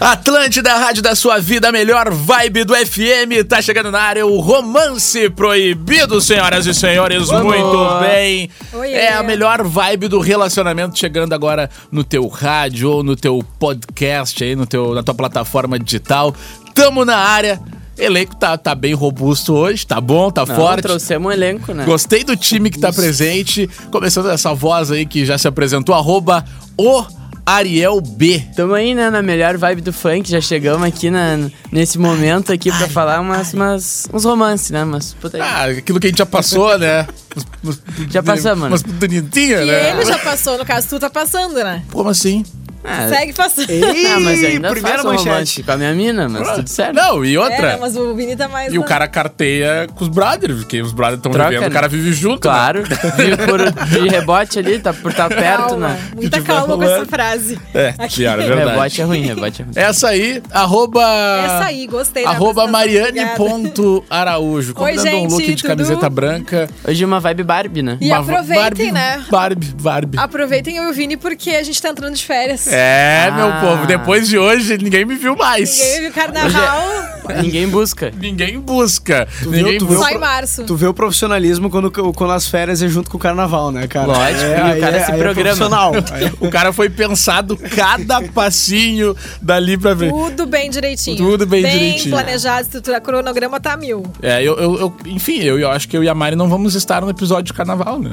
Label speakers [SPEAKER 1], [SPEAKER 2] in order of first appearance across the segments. [SPEAKER 1] Atlântida, rádio da sua vida, a melhor vibe do FM, tá chegando na área o Romance Proibido, senhoras e senhores, muito bem.
[SPEAKER 2] Oiê.
[SPEAKER 1] É a melhor vibe do relacionamento chegando agora no teu rádio ou no teu podcast aí, no teu, na tua plataforma digital. Tamo na área. Elenco tá, tá bem robusto hoje, tá bom, tá
[SPEAKER 3] Não,
[SPEAKER 1] forte.
[SPEAKER 3] Trouxemos um elenco, né?
[SPEAKER 1] Gostei do time que tá presente. Começando essa voz aí que já se apresentou, arroba o Ariel B.
[SPEAKER 3] Tamo aí, né, na melhor vibe do funk, já chegamos aqui na, nesse momento aqui pra falar umas, umas, uns romances, né, mas puta aí.
[SPEAKER 1] Ah, aquilo que a gente já passou, né?
[SPEAKER 3] Já passamos, né?
[SPEAKER 1] Mas bonitinha,
[SPEAKER 2] E
[SPEAKER 1] né?
[SPEAKER 2] ele já passou, no caso, tu tá passando, né?
[SPEAKER 1] Como assim?
[SPEAKER 3] Ah,
[SPEAKER 2] Segue passando.
[SPEAKER 3] ah, mas eu ainda
[SPEAKER 4] primeira
[SPEAKER 3] faço um
[SPEAKER 4] manchete.
[SPEAKER 3] romance com a minha mina, mas tudo certo.
[SPEAKER 1] Ah. Não, e outra.
[SPEAKER 2] É, não, mas o Vini tá mais.
[SPEAKER 1] E o cara carteia com os brothers, porque os brothers estão
[SPEAKER 3] Troca,
[SPEAKER 1] vivendo, o
[SPEAKER 3] né?
[SPEAKER 1] cara vive junto.
[SPEAKER 3] Claro, vive por, de rebote ali, tá por estar perto,
[SPEAKER 2] calma.
[SPEAKER 3] né?
[SPEAKER 2] Muita
[SPEAKER 1] Que
[SPEAKER 2] calma com
[SPEAKER 1] tiver
[SPEAKER 2] essa frase.
[SPEAKER 1] Né? É,
[SPEAKER 2] Aqui.
[SPEAKER 1] Tiara, é verdade.
[SPEAKER 3] Rebote é ruim, rebote é ruim.
[SPEAKER 1] Essa aí, arroba.
[SPEAKER 2] Essa aí, gostei. né, da
[SPEAKER 1] Ah, Arroba
[SPEAKER 2] apresentação, obrigada.
[SPEAKER 1] Mariane.araújo. Comprando um
[SPEAKER 2] gente,
[SPEAKER 1] look de
[SPEAKER 2] tudo?
[SPEAKER 1] camiseta branca.
[SPEAKER 3] Hoje é uma vibe Barbie, né?
[SPEAKER 2] E
[SPEAKER 1] Uma
[SPEAKER 2] aproveitem,
[SPEAKER 1] Barbie-
[SPEAKER 2] né?
[SPEAKER 1] Barbie, Barbie.
[SPEAKER 2] Aproveitem eu e o Vini porque a gente tá entrando de férias.
[SPEAKER 1] É,
[SPEAKER 3] Ah.
[SPEAKER 1] meu povo, depois de hoje ninguém me viu mais.
[SPEAKER 2] Ninguém vive carnaval,
[SPEAKER 3] Ninguém busca.
[SPEAKER 1] Ninguém busca.
[SPEAKER 4] viu,
[SPEAKER 1] ninguém
[SPEAKER 4] tu viu?
[SPEAKER 1] busca.
[SPEAKER 2] só em março.
[SPEAKER 4] Tu vê o profissionalismo quando, quando as férias é junto com o carnaval, né, cara?
[SPEAKER 3] Lógico, e o
[SPEAKER 4] aí é-
[SPEAKER 3] cara se
[SPEAKER 4] aí
[SPEAKER 3] programa.
[SPEAKER 4] profissional. Aí- é
[SPEAKER 1] O cara foi pensado cada passinho dali pra ver.
[SPEAKER 2] Tudo bem direitinho.
[SPEAKER 1] Tudo bem direitinho.
[SPEAKER 2] planejado, estrutura, cronograma tá mil.
[SPEAKER 1] É, eu, eu, eu- enfim, eu, eu acho que eu e a Mari não vamos estar no episódio de carnaval, né?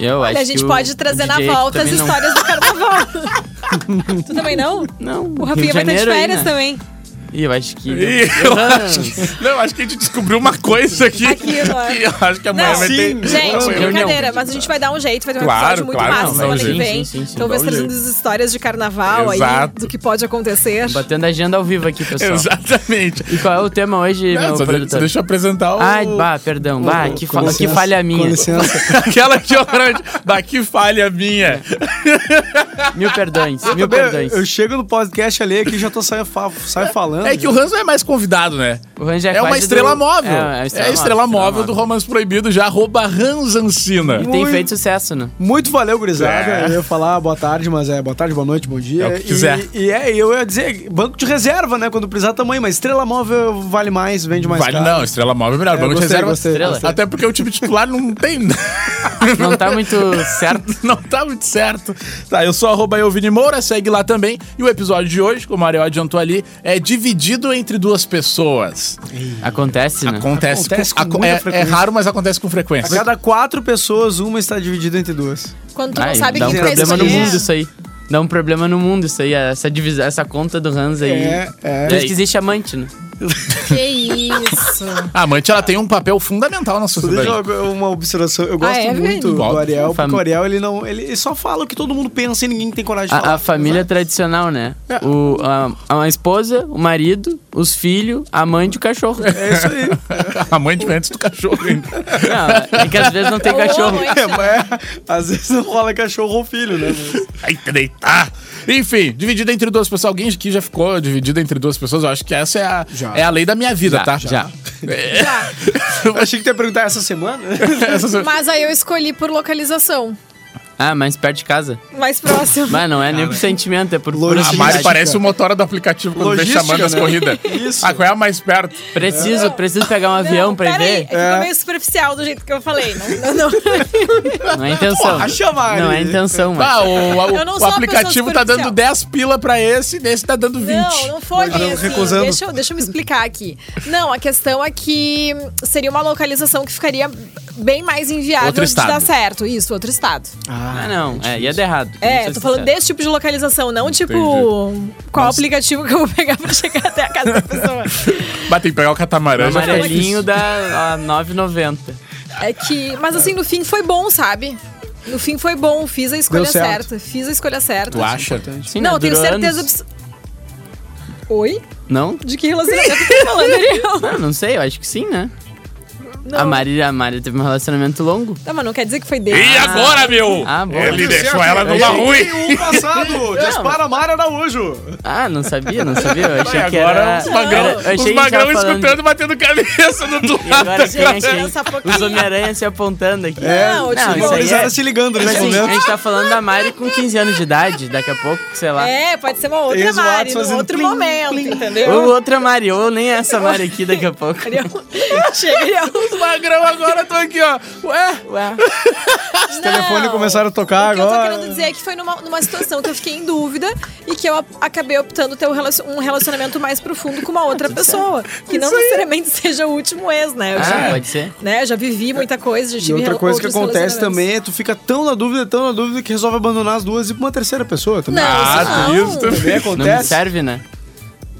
[SPEAKER 3] Eu
[SPEAKER 2] Olha,
[SPEAKER 3] acho
[SPEAKER 2] a gente
[SPEAKER 3] que o-
[SPEAKER 2] pode
[SPEAKER 3] o
[SPEAKER 2] trazer na
[SPEAKER 3] DJ
[SPEAKER 2] volta as
[SPEAKER 3] também não-
[SPEAKER 2] histórias do carnaval. tu também não?
[SPEAKER 3] Não, Rio
[SPEAKER 2] O Rafinha
[SPEAKER 3] de
[SPEAKER 2] vai estar de
[SPEAKER 3] Janeiro aí,
[SPEAKER 2] férias
[SPEAKER 3] né?
[SPEAKER 2] também.
[SPEAKER 3] Ih, eu acho que...
[SPEAKER 1] E eu acho que, não, eu acho que a gente descobriu uma coisa aqui.
[SPEAKER 2] Aqui, ó.
[SPEAKER 1] que eu acho que amanhã
[SPEAKER 2] Não,
[SPEAKER 1] vai
[SPEAKER 4] sim,
[SPEAKER 1] ter.
[SPEAKER 2] Gente,
[SPEAKER 1] uma reunião.
[SPEAKER 2] brincadeira, mas a gente vai dar um jeito, vai ter um
[SPEAKER 1] Claro,
[SPEAKER 2] episódio muito
[SPEAKER 1] claro,
[SPEAKER 2] massa
[SPEAKER 1] não, dá um
[SPEAKER 2] semana que
[SPEAKER 1] jeito.
[SPEAKER 2] vem. Então
[SPEAKER 3] Sim, sim, sim,
[SPEAKER 2] Talvez
[SPEAKER 1] dá um
[SPEAKER 2] trazendo as histórias de carnaval aí,
[SPEAKER 1] Exato.
[SPEAKER 2] do que pode acontecer.
[SPEAKER 3] Batendo a agenda ao vivo aqui, pessoal.
[SPEAKER 1] Exatamente.
[SPEAKER 3] E qual é o tema hoje,
[SPEAKER 1] Não,
[SPEAKER 3] meu
[SPEAKER 1] só, de-
[SPEAKER 3] produtor?
[SPEAKER 1] só deixa eu apresentar o.
[SPEAKER 3] Ai, bah, perdão. Bah, que, fa
[SPEAKER 4] Com
[SPEAKER 3] que
[SPEAKER 4] licença,
[SPEAKER 3] falha
[SPEAKER 4] Com
[SPEAKER 3] minha.
[SPEAKER 4] licença.
[SPEAKER 1] Aquela que orante. Daqui falha minha.
[SPEAKER 3] Mil perdões, mil
[SPEAKER 4] Também,
[SPEAKER 3] perdões.
[SPEAKER 4] eu, eu chego no podcast ali aqui já tô saio, fa- saio falando.
[SPEAKER 1] É que o Hans não é mais convidado, né?
[SPEAKER 3] O Range é,
[SPEAKER 1] É uma
[SPEAKER 3] quase
[SPEAKER 1] estrela
[SPEAKER 3] do-
[SPEAKER 1] móvel.
[SPEAKER 3] É, é a estrela,
[SPEAKER 1] móvel, do Romance Proibido, já arroba Ransancina.
[SPEAKER 3] E tem
[SPEAKER 4] Muito-
[SPEAKER 3] feito sucesso, né?
[SPEAKER 4] Muito valeu, gurizada.
[SPEAKER 1] É.
[SPEAKER 4] Eu ia falar boa tarde, mas é boa tarde, boa noite, bom dia.
[SPEAKER 1] É o que quiser.
[SPEAKER 4] E, e é, eu ia dizer, banco de reserva, né? Quando precisar tamanho, mas estrela móvel vale mais, vende mais
[SPEAKER 1] Vale,
[SPEAKER 4] caro.
[SPEAKER 1] não, estrela móvel é melhor.
[SPEAKER 4] É,
[SPEAKER 1] Banco de
[SPEAKER 4] gostei,
[SPEAKER 1] reserva.
[SPEAKER 4] gostei,
[SPEAKER 3] Estrela.
[SPEAKER 4] gostei.
[SPEAKER 1] Até porque o time titular não tem. né?
[SPEAKER 3] Não tá muito certo.
[SPEAKER 1] Não tá muito certo. Tá, eu sou arroba eu, Vini Moura, segue lá também. E o episódio de hoje, como o Ariel adiantou ali, é dividido entre duas pessoas.
[SPEAKER 3] Acontece, né?
[SPEAKER 1] Acontece,
[SPEAKER 4] Acontece
[SPEAKER 1] com,
[SPEAKER 4] com
[SPEAKER 1] aco-
[SPEAKER 4] muita
[SPEAKER 1] é- é,
[SPEAKER 4] frequência.
[SPEAKER 1] raro, mas acontece com
[SPEAKER 4] A
[SPEAKER 1] frequência.
[SPEAKER 4] cada quatro pessoas, uma está dividida entre duas.
[SPEAKER 2] Quando tu não
[SPEAKER 3] Ai,
[SPEAKER 2] sabe
[SPEAKER 3] dá um
[SPEAKER 2] quem vai
[SPEAKER 3] problema no
[SPEAKER 2] escolher.
[SPEAKER 3] mundo isso aí. Dá um problema no mundo isso aí, essa divisão, essa conta do Hans aí.
[SPEAKER 4] É, é.
[SPEAKER 3] Por isso que existe amante, né?
[SPEAKER 2] Que isso.
[SPEAKER 1] A amante, ela tem um papel fundamental na sociedade.
[SPEAKER 4] Deixa eu- uma observação. Eu gosto
[SPEAKER 2] Ah, é,
[SPEAKER 4] muito
[SPEAKER 2] Vini?
[SPEAKER 4] do Ariel,
[SPEAKER 3] Fam-
[SPEAKER 4] porque o Ariel ele não, ele só fala o que todo mundo pensa e ninguém tem coragem de falar.
[SPEAKER 3] A, a família tradicional, né? O, a, a esposa, o marido, os filhos, a mãe e o cachorro.
[SPEAKER 4] É isso aí.
[SPEAKER 1] A mãe de antes do cachorro ainda.
[SPEAKER 3] Não, é que às vezes não tem
[SPEAKER 2] Ô,
[SPEAKER 3] cachorro.
[SPEAKER 2] mãe.
[SPEAKER 4] É, mas é- às vezes não rola cachorro ou filho, né? Mas-
[SPEAKER 1] Ai, deitar. Enfim, dividido entre duas pessoas. Alguém aqui já ficou dividido entre duas pessoas? Eu acho que essa é a,
[SPEAKER 4] Já.
[SPEAKER 1] é a lei da minha vida,
[SPEAKER 3] Já,
[SPEAKER 1] tá?
[SPEAKER 3] já.
[SPEAKER 1] É,
[SPEAKER 2] Tá,
[SPEAKER 4] Eu achei que tu ia perguntar essa semana.
[SPEAKER 1] essa-
[SPEAKER 2] Mas aí eu escolhi por localização.
[SPEAKER 3] Ah, mais perto de casa.
[SPEAKER 2] Mais próximo.
[SPEAKER 3] Mas não é nem por sentimento, é por
[SPEAKER 4] Lógico.
[SPEAKER 1] a
[SPEAKER 3] pura
[SPEAKER 1] Mari
[SPEAKER 4] Logística.
[SPEAKER 1] parece o motora do aplicativo quando vem
[SPEAKER 4] Logística,
[SPEAKER 1] chamando as
[SPEAKER 4] né?
[SPEAKER 1] corridas.
[SPEAKER 4] Isso.
[SPEAKER 1] Ah, qual é a mais perto?
[SPEAKER 3] Preciso, preciso pegar um
[SPEAKER 2] Não,
[SPEAKER 3] avião pra ir
[SPEAKER 2] peraí,
[SPEAKER 3] ver.
[SPEAKER 2] é que ficou meio superficial do jeito que eu falei. Não, não, não.
[SPEAKER 3] Não é intenção.
[SPEAKER 4] Porra, Mari.
[SPEAKER 3] não é intenção,
[SPEAKER 1] Ah,
[SPEAKER 3] mano.
[SPEAKER 1] o, a-
[SPEAKER 2] Eu não
[SPEAKER 1] o,
[SPEAKER 2] sou
[SPEAKER 1] o
[SPEAKER 2] uma
[SPEAKER 1] aplicativo
[SPEAKER 2] pessoa
[SPEAKER 1] tá dando
[SPEAKER 2] superficial.
[SPEAKER 1] 10 pila pra esse, nesse tá dando 20.
[SPEAKER 2] Não, não foi
[SPEAKER 4] Não,
[SPEAKER 2] bem assim.
[SPEAKER 4] recusando.
[SPEAKER 2] Deixa eu, deixa eu me explicar aqui. Não, a questão é que seria uma localização que ficaria bem mais inviável
[SPEAKER 1] Outro
[SPEAKER 2] de
[SPEAKER 1] estado.
[SPEAKER 2] dar certo. Isso, outro estado.
[SPEAKER 3] Ah, não. É, ia dar errado. Vamos
[SPEAKER 2] é,
[SPEAKER 3] ser
[SPEAKER 2] tô falando
[SPEAKER 3] sinceros.
[SPEAKER 2] desse tipo de localização, não tipo
[SPEAKER 1] Entendi.
[SPEAKER 2] qual
[SPEAKER 1] Nossa.
[SPEAKER 2] aplicativo que eu vou pegar pra chegar até a casa da pessoa.
[SPEAKER 1] Mas tem que pegar o catamarã. já falei
[SPEAKER 3] É Amarelinho
[SPEAKER 1] isso.
[SPEAKER 3] dá ó, 9,90.
[SPEAKER 2] É que. Mas assim, no fim foi bom, sabe? No fim foi bom, fiz a escolha
[SPEAKER 4] Deu certo.
[SPEAKER 2] certa. Fiz a escolha certa.
[SPEAKER 4] é
[SPEAKER 1] Tu acha?
[SPEAKER 3] Sim,
[SPEAKER 2] Não,
[SPEAKER 3] né,
[SPEAKER 2] eu tenho
[SPEAKER 3] durou
[SPEAKER 2] certeza.
[SPEAKER 3] anos.
[SPEAKER 2] abs- Oi?
[SPEAKER 3] Não?
[SPEAKER 2] De que relacionamento eu tô falando, Ariel?
[SPEAKER 3] Ah, Não, não sei, eu acho que sim, né?
[SPEAKER 2] Não.
[SPEAKER 3] A Mari, a Mari teve um relacionamento longo.
[SPEAKER 2] Não, mas não quer dizer que foi dele.
[SPEAKER 1] E agora, meu?
[SPEAKER 3] Ah, bom.
[SPEAKER 1] Ele
[SPEAKER 3] Tudo
[SPEAKER 1] deixou ela
[SPEAKER 4] né?
[SPEAKER 1] numa ruim.
[SPEAKER 4] O um passado, dispara Mara Araújo.
[SPEAKER 3] Ah, não sabia, não sabia. Eu achei
[SPEAKER 1] Vai,
[SPEAKER 3] que
[SPEAKER 1] agora
[SPEAKER 3] era...
[SPEAKER 1] os magrão,
[SPEAKER 3] era- eu achei
[SPEAKER 1] os
[SPEAKER 3] que a gente
[SPEAKER 1] magrão
[SPEAKER 3] tava falando-
[SPEAKER 1] escutando, batendo cabeça no do
[SPEAKER 3] E agora
[SPEAKER 1] lado.
[SPEAKER 3] quem é quem?
[SPEAKER 2] Essa porcaria.
[SPEAKER 3] Os Homem-Aranha se apontando aqui.
[SPEAKER 2] Não, eu
[SPEAKER 3] não,
[SPEAKER 2] te digo.
[SPEAKER 3] isso aí
[SPEAKER 4] Valorizada
[SPEAKER 3] é...
[SPEAKER 4] se ligando né,
[SPEAKER 3] Mas,
[SPEAKER 4] nesse
[SPEAKER 3] assim, a
[SPEAKER 4] momento.
[SPEAKER 3] gente tá falando da Mari com 15 anos de idade, daqui a pouco, sei lá.
[SPEAKER 2] É, pode ser uma outra
[SPEAKER 4] Ex-Watts
[SPEAKER 2] Mari, num
[SPEAKER 4] fazendo
[SPEAKER 2] outro
[SPEAKER 4] plim,
[SPEAKER 2] momento,
[SPEAKER 3] Ou
[SPEAKER 2] entendeu?
[SPEAKER 3] outra Mari, é ou nem essa Mari aqui daqui a pouco.
[SPEAKER 2] Chega
[SPEAKER 1] Os magrão agora eu tô aqui, ó. Ué?
[SPEAKER 3] Ué,
[SPEAKER 4] Os telefones começaram a tocar
[SPEAKER 2] O que eu tô
[SPEAKER 4] agora.
[SPEAKER 2] querendo dizer é que foi numa, numa situação que eu fiquei em dúvida e que eu a- acabei optando ter um relacio- um relacionamento mais profundo com uma outra pessoa. Que não necessariamente seja o último ex, né? Eu
[SPEAKER 3] Ah,
[SPEAKER 2] já,
[SPEAKER 3] pode ser.
[SPEAKER 2] Né? eu já vivi muita coisa, já tive
[SPEAKER 4] E outra
[SPEAKER 2] rela-
[SPEAKER 4] coisa que
[SPEAKER 2] outros
[SPEAKER 4] acontece
[SPEAKER 2] relacionamentos.
[SPEAKER 4] também é tu fica tão na dúvida, tão na dúvida que resolve abandonar as duas e ir pra uma terceira pessoa também.
[SPEAKER 2] Não, isso
[SPEAKER 1] Ah,
[SPEAKER 2] não.
[SPEAKER 1] Deus, tu-
[SPEAKER 4] Também
[SPEAKER 3] não me
[SPEAKER 4] acontece.
[SPEAKER 3] serve, né?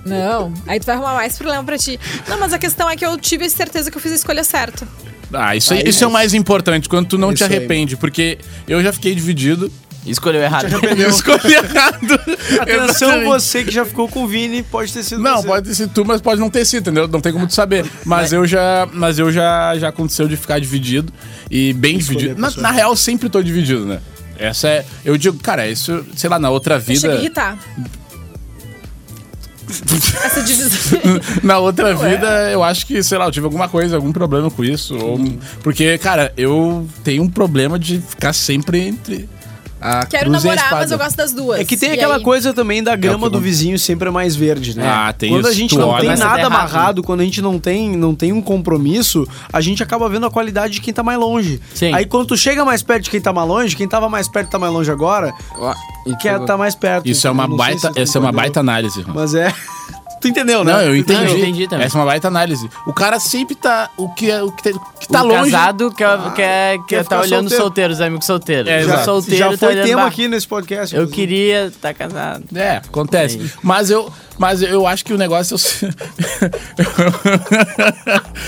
[SPEAKER 2] Não, aí tu vai arrumar mais problema pra ti. Não, mas a questão é que eu tive certeza que eu fiz a escolha certa.
[SPEAKER 1] Ah, isso, aí- isso é o mais importante, quando tu não te
[SPEAKER 4] Isso aí.
[SPEAKER 1] arrepende, porque eu já fiquei dividido.
[SPEAKER 3] Escolheu errado.
[SPEAKER 1] Eu escolhi errado.
[SPEAKER 4] Atenção,
[SPEAKER 1] Exatamente.
[SPEAKER 4] você que já ficou com o Vini, pode ter sido
[SPEAKER 1] Não,
[SPEAKER 4] você.
[SPEAKER 1] pode ter sido tu, mas pode não ter sido, entendeu? Não tem como tu saber. Mas eu já, mas eu já, já aconteceu de ficar dividido e bem dividido. Na, na real, sempre tô dividido, né? Essa é, eu digo, cara, isso, sei lá, na outra
[SPEAKER 2] Chega a
[SPEAKER 1] vida,
[SPEAKER 2] irritar. Essa divisão.
[SPEAKER 1] na outra
[SPEAKER 2] é.
[SPEAKER 1] vida, eu acho que, sei lá, eu tive alguma coisa, algum problema com isso, ou- porque, cara, eu tenho um problema de ficar sempre entre a
[SPEAKER 2] Quero
[SPEAKER 1] cruz e a
[SPEAKER 2] namorar,
[SPEAKER 1] espada.
[SPEAKER 2] mas eu gosto das duas.
[SPEAKER 4] É que tem
[SPEAKER 2] E
[SPEAKER 4] aquela
[SPEAKER 2] aí-
[SPEAKER 4] coisa também da grama do vizinho sempre é mais verde, né?
[SPEAKER 1] Ah, tem
[SPEAKER 4] Quando a
[SPEAKER 1] isso,
[SPEAKER 4] gente
[SPEAKER 1] tu
[SPEAKER 4] não
[SPEAKER 1] olha- é
[SPEAKER 4] tem
[SPEAKER 1] Começa
[SPEAKER 3] a dar
[SPEAKER 4] nada
[SPEAKER 3] errado.
[SPEAKER 4] amarrado, quando a gente não tem, não tem um compromisso, a gente acaba vendo a qualidade de quem tá mais longe.
[SPEAKER 3] Sim.
[SPEAKER 4] Aí quando tu chega mais perto de quem tá mais longe, quem tava mais perto tá mais longe agora,
[SPEAKER 3] Ó, e
[SPEAKER 4] quer
[SPEAKER 3] tu-
[SPEAKER 4] tá mais perto.
[SPEAKER 1] Isso é uma
[SPEAKER 4] Não sei se
[SPEAKER 1] baita,
[SPEAKER 4] tu
[SPEAKER 1] essa é uma
[SPEAKER 4] entendeu.
[SPEAKER 1] baita análise, irmão.
[SPEAKER 4] Mas é. Tu entendeu, né?
[SPEAKER 1] Não, eu entendi.
[SPEAKER 3] eu entendi também.
[SPEAKER 1] Essa é uma baita análise. O cara sempre tá. O que, é- o que, tá- o que tá
[SPEAKER 3] o
[SPEAKER 1] longe.
[SPEAKER 3] casado é- quer, quer, quer,
[SPEAKER 4] Ah, quer
[SPEAKER 3] tá
[SPEAKER 4] ficar
[SPEAKER 3] olhando
[SPEAKER 4] solteiro.
[SPEAKER 3] solteiro, os amigos solteiros.
[SPEAKER 1] É,
[SPEAKER 3] O
[SPEAKER 1] exato.
[SPEAKER 4] Já,
[SPEAKER 3] solteiro
[SPEAKER 4] já
[SPEAKER 3] tá
[SPEAKER 4] foi
[SPEAKER 3] olhando,
[SPEAKER 4] tema
[SPEAKER 3] "Bah,
[SPEAKER 4] aqui nesse podcast.
[SPEAKER 3] Eu
[SPEAKER 4] inclusive.
[SPEAKER 3] queria tá casado.
[SPEAKER 1] É, acontece.
[SPEAKER 3] Sim.
[SPEAKER 1] Mas eu. Mas eu acho que o negócio. é o se-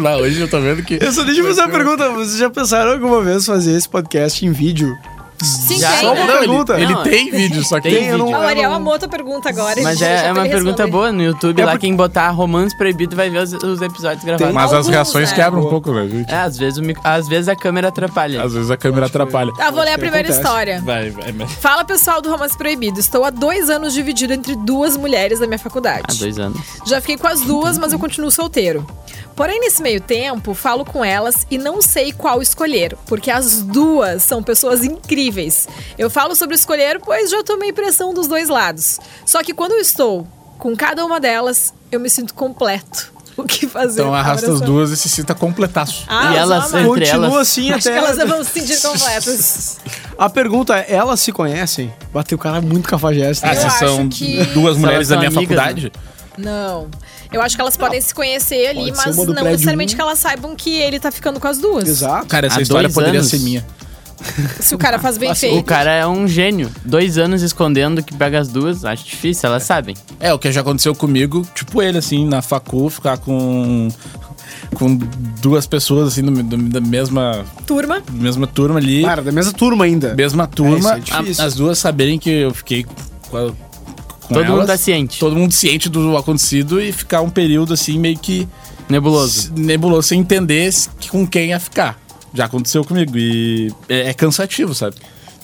[SPEAKER 1] Lá hoje eu tô vendo que. um
[SPEAKER 4] Eu só deixa eu fazer uma pergunta. Vocês já pensaram alguma vez fazer esse podcast em vídeo?
[SPEAKER 2] Sim,
[SPEAKER 3] Já-
[SPEAKER 2] tem,
[SPEAKER 1] Só
[SPEAKER 2] né?
[SPEAKER 1] uma pergunta.
[SPEAKER 3] pergunta.
[SPEAKER 1] Ele,
[SPEAKER 3] Não,
[SPEAKER 1] tem vídeo, só que.
[SPEAKER 3] tem
[SPEAKER 1] Tem, eu não-
[SPEAKER 2] Ah, o Ariel amou a tua pergunta agora.
[SPEAKER 3] Mas
[SPEAKER 2] deixa
[SPEAKER 3] é, é
[SPEAKER 2] pra
[SPEAKER 3] uma
[SPEAKER 2] ele
[SPEAKER 3] pergunta
[SPEAKER 2] responder.
[SPEAKER 3] boa no YouTube.
[SPEAKER 4] É
[SPEAKER 3] lá
[SPEAKER 4] porque-
[SPEAKER 3] quem botar romance proibido vai ver os, os episódios gravados.
[SPEAKER 1] Mas as
[SPEAKER 2] Alguns,
[SPEAKER 1] reações
[SPEAKER 2] né?
[SPEAKER 1] quebram um pouco, velho.
[SPEAKER 3] É, às vezes, o mic- às vezes a câmera atrapalha.
[SPEAKER 1] Às vezes a câmera atrapalha.
[SPEAKER 2] Tá, vou ler a primeira
[SPEAKER 4] Acontece.
[SPEAKER 2] história.
[SPEAKER 1] Vai, vai, mas-
[SPEAKER 2] Fala pessoal do Romance Proibido. Estou há dois anos dividido entre duas mulheres da minha faculdade.
[SPEAKER 3] Há Ah, dois anos.
[SPEAKER 2] Já fiquei com as duas, mas eu continuo solteiro. Porém, nesse meio tempo, falo com elas e não sei qual escolher, porque as duas são pessoas incríveis. Eu falo sobre escolher, pois já tomei pressão dos dois lados. Só que quando eu estou com cada uma delas, eu me sinto completo. O que fazer?
[SPEAKER 1] Então arrasta as
[SPEAKER 2] Agora
[SPEAKER 1] duas e se sinta completaço.
[SPEAKER 2] só- Ah,
[SPEAKER 3] E
[SPEAKER 2] só
[SPEAKER 3] elas- é-
[SPEAKER 2] uma-
[SPEAKER 3] Entre
[SPEAKER 4] Continua
[SPEAKER 3] elas.
[SPEAKER 4] assim
[SPEAKER 2] Acho que
[SPEAKER 4] até.
[SPEAKER 2] elas vão se sentir completas.
[SPEAKER 4] A pergunta é: elas se conhecem? Bateu o cara muito cafajeste.
[SPEAKER 1] Ah,
[SPEAKER 4] Né?
[SPEAKER 2] Eu
[SPEAKER 1] se
[SPEAKER 2] acho
[SPEAKER 1] são
[SPEAKER 2] que-
[SPEAKER 1] duas
[SPEAKER 3] Se
[SPEAKER 1] mulheres
[SPEAKER 3] elas
[SPEAKER 1] da
[SPEAKER 3] são
[SPEAKER 1] minha
[SPEAKER 3] amigas,
[SPEAKER 1] faculdade.
[SPEAKER 2] Não. Eu acho que elas podem se conhecer ali,
[SPEAKER 4] pode ser
[SPEAKER 2] mas
[SPEAKER 4] uma do
[SPEAKER 2] não
[SPEAKER 4] prédio
[SPEAKER 2] necessariamente
[SPEAKER 4] um.
[SPEAKER 2] que elas saibam que ele tá ficando com as duas.
[SPEAKER 4] Exato.
[SPEAKER 1] Cara, essa
[SPEAKER 3] Há
[SPEAKER 1] história
[SPEAKER 3] dois
[SPEAKER 1] poderia
[SPEAKER 3] anos.
[SPEAKER 1] ser minha.
[SPEAKER 2] Se o cara faz bem
[SPEAKER 4] Assim,
[SPEAKER 2] feito.
[SPEAKER 3] O cara é um gênio. Dois anos escondendo que pega as duas, acho difícil, elas sabem.
[SPEAKER 1] É, o que já aconteceu comigo, tipo ele, assim, na facu, ficar com. com duas pessoas, assim, no, do- da mesma,
[SPEAKER 2] Turma.
[SPEAKER 1] mesma turma ali.
[SPEAKER 4] Cara, da mesma turma ainda.
[SPEAKER 1] mesma turma.
[SPEAKER 4] É, isso é difícil.
[SPEAKER 1] a- as duas saberem que eu fiquei com, a- com
[SPEAKER 3] Todo mundo
[SPEAKER 1] elas.
[SPEAKER 3] tá ciente.
[SPEAKER 1] Todo mundo ciente do acontecido e ficar um período, assim, meio que
[SPEAKER 3] Nebuloso.
[SPEAKER 1] s- nebuloso, sem entender se- com quem ia ficar. Já aconteceu comigo e é, é cansativo, sabe?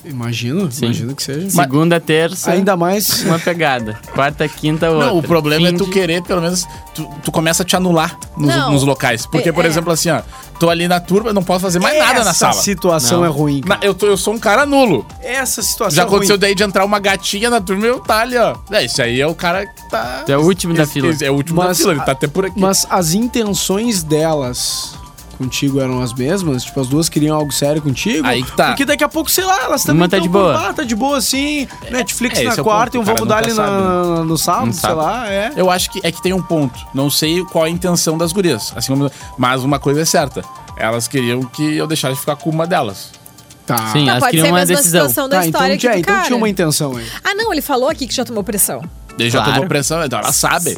[SPEAKER 4] Imagino, imagino que seja.
[SPEAKER 3] Segunda, terça,
[SPEAKER 4] Ainda mais.
[SPEAKER 3] uma pegada. Quarta, quinta, outra.
[SPEAKER 1] Não, o problema
[SPEAKER 3] Fim
[SPEAKER 1] é tu
[SPEAKER 3] de-
[SPEAKER 1] querer, pelo menos, tu, tu começa a te anular nos,
[SPEAKER 2] Não.
[SPEAKER 1] nos locais. Porque,
[SPEAKER 2] É,
[SPEAKER 1] por
[SPEAKER 2] é.
[SPEAKER 1] exemplo, assim, ó, tô ali na turma, não posso fazer mais nada na
[SPEAKER 4] É, Essa
[SPEAKER 1] sala.
[SPEAKER 4] situação
[SPEAKER 3] Não.
[SPEAKER 4] é ruim.
[SPEAKER 1] Na-
[SPEAKER 4] cara.
[SPEAKER 1] eu, tô- eu sou um cara nulo.
[SPEAKER 4] Essa situação
[SPEAKER 1] Já
[SPEAKER 4] é ruim.
[SPEAKER 1] aconteceu daí de entrar uma gatinha na turma e eu tá ali, ó. É, esse aí é o cara que tá.
[SPEAKER 3] Tu é o último da fila.
[SPEAKER 1] Esse é o último da
[SPEAKER 4] Mas
[SPEAKER 1] fila, ele
[SPEAKER 4] a-
[SPEAKER 1] tá até por aqui.
[SPEAKER 4] Mas as intenções delas contigo eram as mesmas? Tipo, as duas queriam algo sério contigo?
[SPEAKER 1] Aí que tá.
[SPEAKER 4] Porque daqui a pouco, sei lá, elas também
[SPEAKER 3] Uma tá
[SPEAKER 4] tão
[SPEAKER 3] de boa.
[SPEAKER 4] por lá, tá de boa assim, Netflix
[SPEAKER 1] é, esse é
[SPEAKER 4] na
[SPEAKER 1] o ponto,
[SPEAKER 4] quarta e um
[SPEAKER 1] o cara
[SPEAKER 4] vamos dar
[SPEAKER 1] nunca
[SPEAKER 4] ali na- no sábado, sei
[SPEAKER 3] sabe.
[SPEAKER 4] lá, é.
[SPEAKER 1] Eu acho que é que tem um ponto. Não sei qual a intenção das gurias. Assim como- mas uma coisa é certa. Elas queriam que eu deixasse de ficar com uma delas.
[SPEAKER 4] Tá.
[SPEAKER 3] Sim,
[SPEAKER 2] Não,
[SPEAKER 3] elas
[SPEAKER 2] pode ser
[SPEAKER 3] queriam
[SPEAKER 2] a
[SPEAKER 3] uma
[SPEAKER 2] mesma
[SPEAKER 3] decisão.
[SPEAKER 2] situação da
[SPEAKER 4] Tá, então,
[SPEAKER 2] história
[SPEAKER 4] tinha,
[SPEAKER 2] aqui do
[SPEAKER 4] então
[SPEAKER 2] cara.
[SPEAKER 4] tinha uma intenção aí.
[SPEAKER 2] Ah, não, ele falou aqui que já tomou pressão.
[SPEAKER 1] Daí já
[SPEAKER 3] Claro.
[SPEAKER 1] tomou pressão, então elas sabem.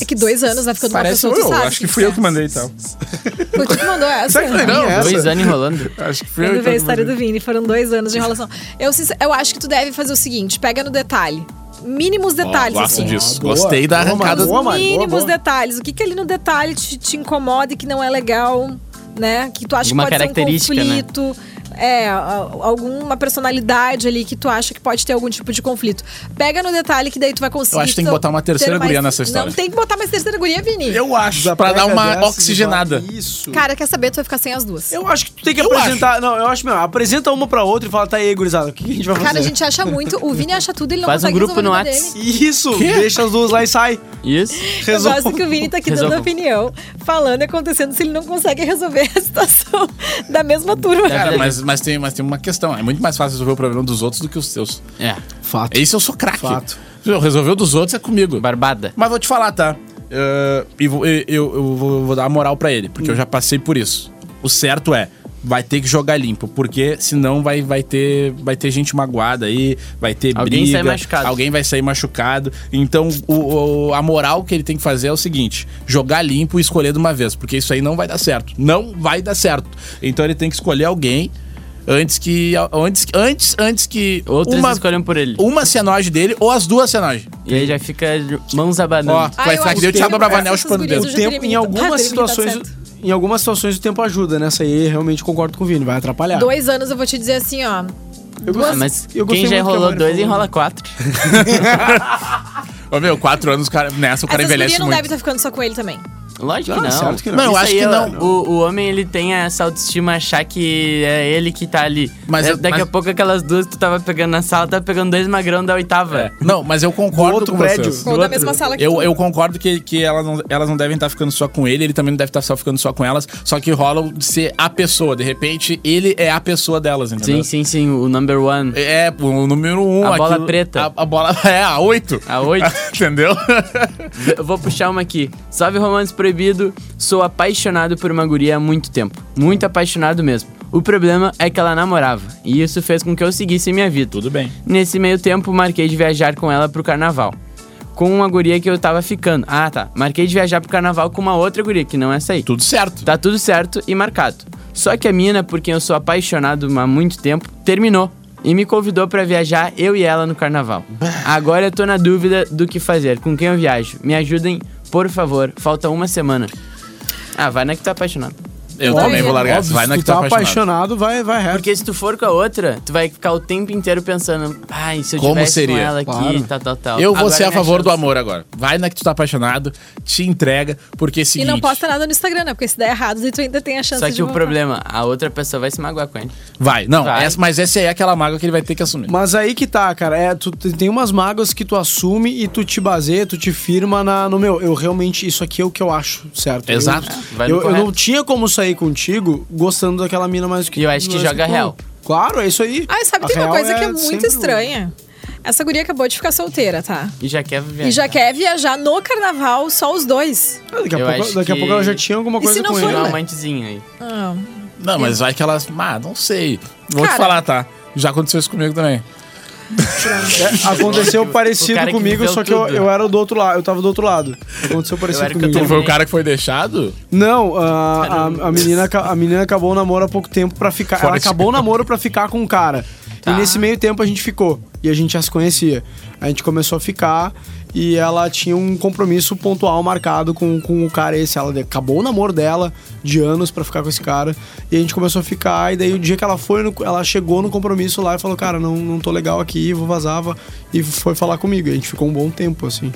[SPEAKER 2] É que dois anos vai ficando
[SPEAKER 1] Parece
[SPEAKER 2] uma
[SPEAKER 1] eu,
[SPEAKER 2] pessoa, tu sabe
[SPEAKER 1] acho que fui eu que mandei então. e tal.
[SPEAKER 2] é. Foi tu que mandou essa?
[SPEAKER 4] Será que foi
[SPEAKER 1] é
[SPEAKER 4] minha essa?
[SPEAKER 3] Dois anos enrolando.
[SPEAKER 1] Acho que fui eu que
[SPEAKER 2] Quando veio a
[SPEAKER 1] mandei.
[SPEAKER 2] história do Vini, foram dois anos de enrolação. Eu, sincer- eu acho que tu deve fazer o seguinte, pega no detalhe. mínimos detalhes,
[SPEAKER 1] gosto
[SPEAKER 2] assim.
[SPEAKER 1] disso.
[SPEAKER 4] Boa,
[SPEAKER 1] Gostei da
[SPEAKER 4] boa,
[SPEAKER 1] arrancada.
[SPEAKER 4] Mari. Boa,
[SPEAKER 2] Os
[SPEAKER 4] Mari, boa,
[SPEAKER 2] mínimos
[SPEAKER 4] boa.
[SPEAKER 2] detalhes. O que que ali no detalhe te, te incomoda e que não é legal, né? Que tu acha
[SPEAKER 3] Alguma
[SPEAKER 2] que pode ser um
[SPEAKER 3] característica, né?
[SPEAKER 2] conflito. É, a- alguma personalidade ali que tu acha que pode ter algum tipo de conflito. Pega no detalhe que daí tu vai conseguir.
[SPEAKER 1] Eu acho que tem que
[SPEAKER 2] ter-
[SPEAKER 1] botar uma terceira
[SPEAKER 2] ter mais-
[SPEAKER 1] guria nessa história.
[SPEAKER 2] Não tem que botar mais terceira guria, Vini.
[SPEAKER 1] Eu acho. Pra dar uma oxigenada.
[SPEAKER 4] Isso.
[SPEAKER 2] Cara, quer saber? Tu vai ficar sem as duas.
[SPEAKER 4] eu acho que tu tem que
[SPEAKER 1] Eu
[SPEAKER 4] apresentar. Não, eu acho melhor. Apresenta uma pra outra e fala, tá aí, gurizada, o que a gente vai fazer?
[SPEAKER 2] Cara, a gente acha muito. O Vini acha tudo, ele não
[SPEAKER 3] Faz um
[SPEAKER 2] consegue
[SPEAKER 3] grupo
[SPEAKER 2] resolver
[SPEAKER 3] no
[SPEAKER 2] nada
[SPEAKER 3] Whats.
[SPEAKER 2] dele.
[SPEAKER 4] Isso,
[SPEAKER 1] Quê?
[SPEAKER 4] deixa as duas lá e sai.
[SPEAKER 3] Isso.
[SPEAKER 2] Eu
[SPEAKER 4] Resolve.
[SPEAKER 2] gosto que o Vini tá aqui dando
[SPEAKER 3] Resolvam.
[SPEAKER 2] opinião, falando e acontecendo se ele não consegue resolver a situação da mesma turma.
[SPEAKER 1] Cara, mas, mas, tem, mas tem uma questão. É muito mais fácil resolver o problema dos outros do que os seus.
[SPEAKER 3] É.
[SPEAKER 4] Fato.
[SPEAKER 1] Isso eu sou craque.
[SPEAKER 4] Fato.
[SPEAKER 1] Eu resolveu dos outros é comigo.
[SPEAKER 3] Barbada.
[SPEAKER 1] Mas vou te falar, tá? Eh, e vou- e- eu, eu vou, vou dar a moral pra ele,
[SPEAKER 3] Hum.
[SPEAKER 1] porque eu já passei por isso. O certo é, vai ter que jogar limpo, porque senão vai, vai, ter, vai ter gente magoada aí, vai ter
[SPEAKER 3] Alguém
[SPEAKER 1] briga.
[SPEAKER 3] sai machucado.
[SPEAKER 1] Alguém vai sair machucado. Então, o- o- a moral que ele tem que fazer é o seguinte: jogar limpo e escolher de uma vez, porque isso aí não vai dar certo. Não vai dar certo. Então ele tem que escolher alguém antes que. Antes, antes, antes que.
[SPEAKER 3] Outros
[SPEAKER 1] uma,
[SPEAKER 3] escolhem por ele.
[SPEAKER 1] uma se enoje dele ou as duas se enojem.
[SPEAKER 3] E aí já fica de mãos abanando.
[SPEAKER 1] Ó, vai
[SPEAKER 2] Ah, eu
[SPEAKER 1] ficar
[SPEAKER 2] acho
[SPEAKER 1] que deu
[SPEAKER 2] que
[SPEAKER 1] Thiago
[SPEAKER 2] não
[SPEAKER 1] Bravanel
[SPEAKER 2] essas
[SPEAKER 1] chupando o
[SPEAKER 2] gurias
[SPEAKER 1] dedo.
[SPEAKER 2] hoje-
[SPEAKER 4] Tempo, em
[SPEAKER 2] Tá,
[SPEAKER 4] algumas
[SPEAKER 2] Adriano, tá
[SPEAKER 4] situações.
[SPEAKER 2] certo.
[SPEAKER 4] Em algumas situações o tempo ajuda, nessa aí realmente concordo com o Vini, vai atrapalhar.
[SPEAKER 2] Dois anos eu vou te dizer assim, ó.
[SPEAKER 3] Ah,
[SPEAKER 4] Eu gosto-
[SPEAKER 3] mas
[SPEAKER 4] eu gostei
[SPEAKER 3] quem já
[SPEAKER 4] muito do que a
[SPEAKER 3] enrolou
[SPEAKER 4] Mari
[SPEAKER 3] dois,
[SPEAKER 4] falou.
[SPEAKER 3] enrola quatro.
[SPEAKER 1] Ô, meu, quatro anos, o cara, nessa o cara
[SPEAKER 2] Essas gurias
[SPEAKER 1] envelhece
[SPEAKER 2] não
[SPEAKER 1] muito.
[SPEAKER 2] devem estar ficando só com ele também.
[SPEAKER 3] Lógico
[SPEAKER 4] Ah,
[SPEAKER 3] que não.
[SPEAKER 4] certo que não.
[SPEAKER 1] Não, eu
[SPEAKER 3] Isso
[SPEAKER 1] acho
[SPEAKER 3] aí
[SPEAKER 1] que
[SPEAKER 3] é-
[SPEAKER 1] não.
[SPEAKER 3] O, o homem, ele tem essa autoestima, achar que é ele que tá ali.
[SPEAKER 1] Mas
[SPEAKER 3] Da-
[SPEAKER 1] eu-
[SPEAKER 3] Daqui
[SPEAKER 1] mas-
[SPEAKER 3] a pouco, aquelas duas que tu tava pegando na sala, tava pegando dois magrão da oitava.
[SPEAKER 1] Não, mas eu concordo
[SPEAKER 4] Do outro
[SPEAKER 1] com
[SPEAKER 4] prédio.
[SPEAKER 1] vocês.
[SPEAKER 2] Ou da mesma sala que
[SPEAKER 1] Eu,
[SPEAKER 2] tu.
[SPEAKER 1] eu concordo que, que elas, não, elas não devem estar ficando só com ele, ele também não deve estar só ficando só com elas, só que rola de ser a pessoa. De repente, ele é a pessoa delas, entendeu?
[SPEAKER 3] Sim, sim, sim, o number one.
[SPEAKER 1] É, o número um.
[SPEAKER 3] A bola preta.
[SPEAKER 1] A, a bola. É, a oito.
[SPEAKER 3] A oito.
[SPEAKER 1] entendeu?
[SPEAKER 3] Eu vou puxar uma aqui. Salve Romance Proibido. Sou apaixonado por uma guria há muito tempo. Muito apaixonado mesmo. O problema é que ela namorava. E isso fez com que eu seguisse minha vida.
[SPEAKER 1] Tudo bem.
[SPEAKER 3] Nesse meio tempo, marquei de viajar com ela pro carnaval. Com uma guria que eu tava ficando. Ah, tá. Marquei de viajar pro carnaval com uma outra guria, que não é essa aí.
[SPEAKER 1] Tudo certo.
[SPEAKER 3] Tá tudo certo e marcado. Só que a mina, por quem eu sou apaixonado há muito tempo, terminou e me convidou pra viajar eu e ela no carnaval. Agora eu tô na dúvida do que fazer, com quem eu viajo. Me ajudem, por favor. Falta uma semana. Ah, vai na que tá apaixonado.
[SPEAKER 1] Eu
[SPEAKER 2] Óbvio,
[SPEAKER 1] também vou largar.
[SPEAKER 4] Óbvio,
[SPEAKER 1] vai
[SPEAKER 4] se
[SPEAKER 1] na
[SPEAKER 4] tu
[SPEAKER 1] que tá apaixonado.
[SPEAKER 4] apaixonado, vai, vai reto.
[SPEAKER 3] Porque se tu for com a outra, tu vai ficar o tempo inteiro pensando, ai, se eu
[SPEAKER 1] Como
[SPEAKER 3] tivesse
[SPEAKER 1] seria?
[SPEAKER 3] com ela aqui,
[SPEAKER 4] Claro.
[SPEAKER 3] tal, tal, tal.
[SPEAKER 1] Eu vou
[SPEAKER 3] Agora
[SPEAKER 1] ser a
[SPEAKER 3] minha
[SPEAKER 1] favor do
[SPEAKER 3] chance.
[SPEAKER 1] amor agora. Vai na que tu tá apaixonado, te entrega, porque é
[SPEAKER 2] E
[SPEAKER 1] seguinte.
[SPEAKER 2] não posta nada no Instagram, né? Porque se der errado, tu ainda tem a chance
[SPEAKER 3] Só
[SPEAKER 2] de
[SPEAKER 3] que o
[SPEAKER 2] voltar.
[SPEAKER 3] problema, a outra pessoa vai se magoar com ele.
[SPEAKER 1] Vai, não,
[SPEAKER 3] Vai.
[SPEAKER 1] essa- mas essa aí é aquela mágoa que ele vai ter que assumir.
[SPEAKER 4] Mas aí que tá, cara. É, tu te- tem umas mágoas que tu assume e tu te baseia, tu te firma na, no meu. Eu realmente, isso aqui é o que eu acho, certo?
[SPEAKER 1] Exato.
[SPEAKER 2] É.
[SPEAKER 4] Eu,
[SPEAKER 3] Vai no
[SPEAKER 4] eu- eu
[SPEAKER 3] correto.
[SPEAKER 4] não tinha como sair contigo gostando daquela mina mais do que
[SPEAKER 3] E eu acho que
[SPEAKER 4] mais
[SPEAKER 3] joga
[SPEAKER 4] tu.
[SPEAKER 3] real.
[SPEAKER 4] Claro, é isso aí.
[SPEAKER 2] Ah, sabe,
[SPEAKER 4] A
[SPEAKER 2] tem uma
[SPEAKER 4] real
[SPEAKER 2] coisa que é muito
[SPEAKER 4] sempre- um-
[SPEAKER 2] estranha. Essa guria acabou de ficar solteira, tá?
[SPEAKER 3] E já quer viajar.
[SPEAKER 2] E já quer viajar no carnaval só os dois.
[SPEAKER 4] Ah, Daqui a,
[SPEAKER 3] Eu
[SPEAKER 4] pouco,
[SPEAKER 3] acho
[SPEAKER 4] daqui a
[SPEAKER 3] que-
[SPEAKER 4] pouco ela já tinha alguma
[SPEAKER 2] se
[SPEAKER 4] coisa
[SPEAKER 2] não
[SPEAKER 4] com
[SPEAKER 2] for
[SPEAKER 4] ele.
[SPEAKER 3] Tem uma
[SPEAKER 2] né?
[SPEAKER 3] amantezinha um aí.
[SPEAKER 2] Ah,
[SPEAKER 1] Não, mas vai que elas. Ah, não sei. Vou te
[SPEAKER 2] Cara.
[SPEAKER 1] falar, tá? Já aconteceu isso comigo também.
[SPEAKER 4] É, aconteceu parecido
[SPEAKER 3] cara que
[SPEAKER 4] comigo,
[SPEAKER 3] viveu
[SPEAKER 4] só que eu,
[SPEAKER 3] tudo.
[SPEAKER 4] eu era do outro lado. Eu tava do outro lado. Aconteceu parecido
[SPEAKER 3] era que eu
[SPEAKER 4] comigo.
[SPEAKER 1] Tu
[SPEAKER 3] Também.
[SPEAKER 1] foi o cara que foi deixado?
[SPEAKER 4] Não, a, a- a menina, aca- a menina acabou o namoro há pouco tempo pra ficar.
[SPEAKER 1] Fora
[SPEAKER 4] ela
[SPEAKER 1] de-
[SPEAKER 4] acabou o namoro pra ficar com o cara. E nesse meio tempo a gente ficou. E a gente já se conhecia. A gente começou a ficar e ela tinha um compromisso pontual marcado com, com o cara esse. Ela de- acabou o namoro dela de anos pra ficar com esse cara. E a gente começou a ficar. E daí o dia que ela foi, no- ela chegou no compromisso lá e falou: Cara, não, não tô legal aqui, vou vazava. E foi falar comigo. E a gente ficou um bom tempo assim.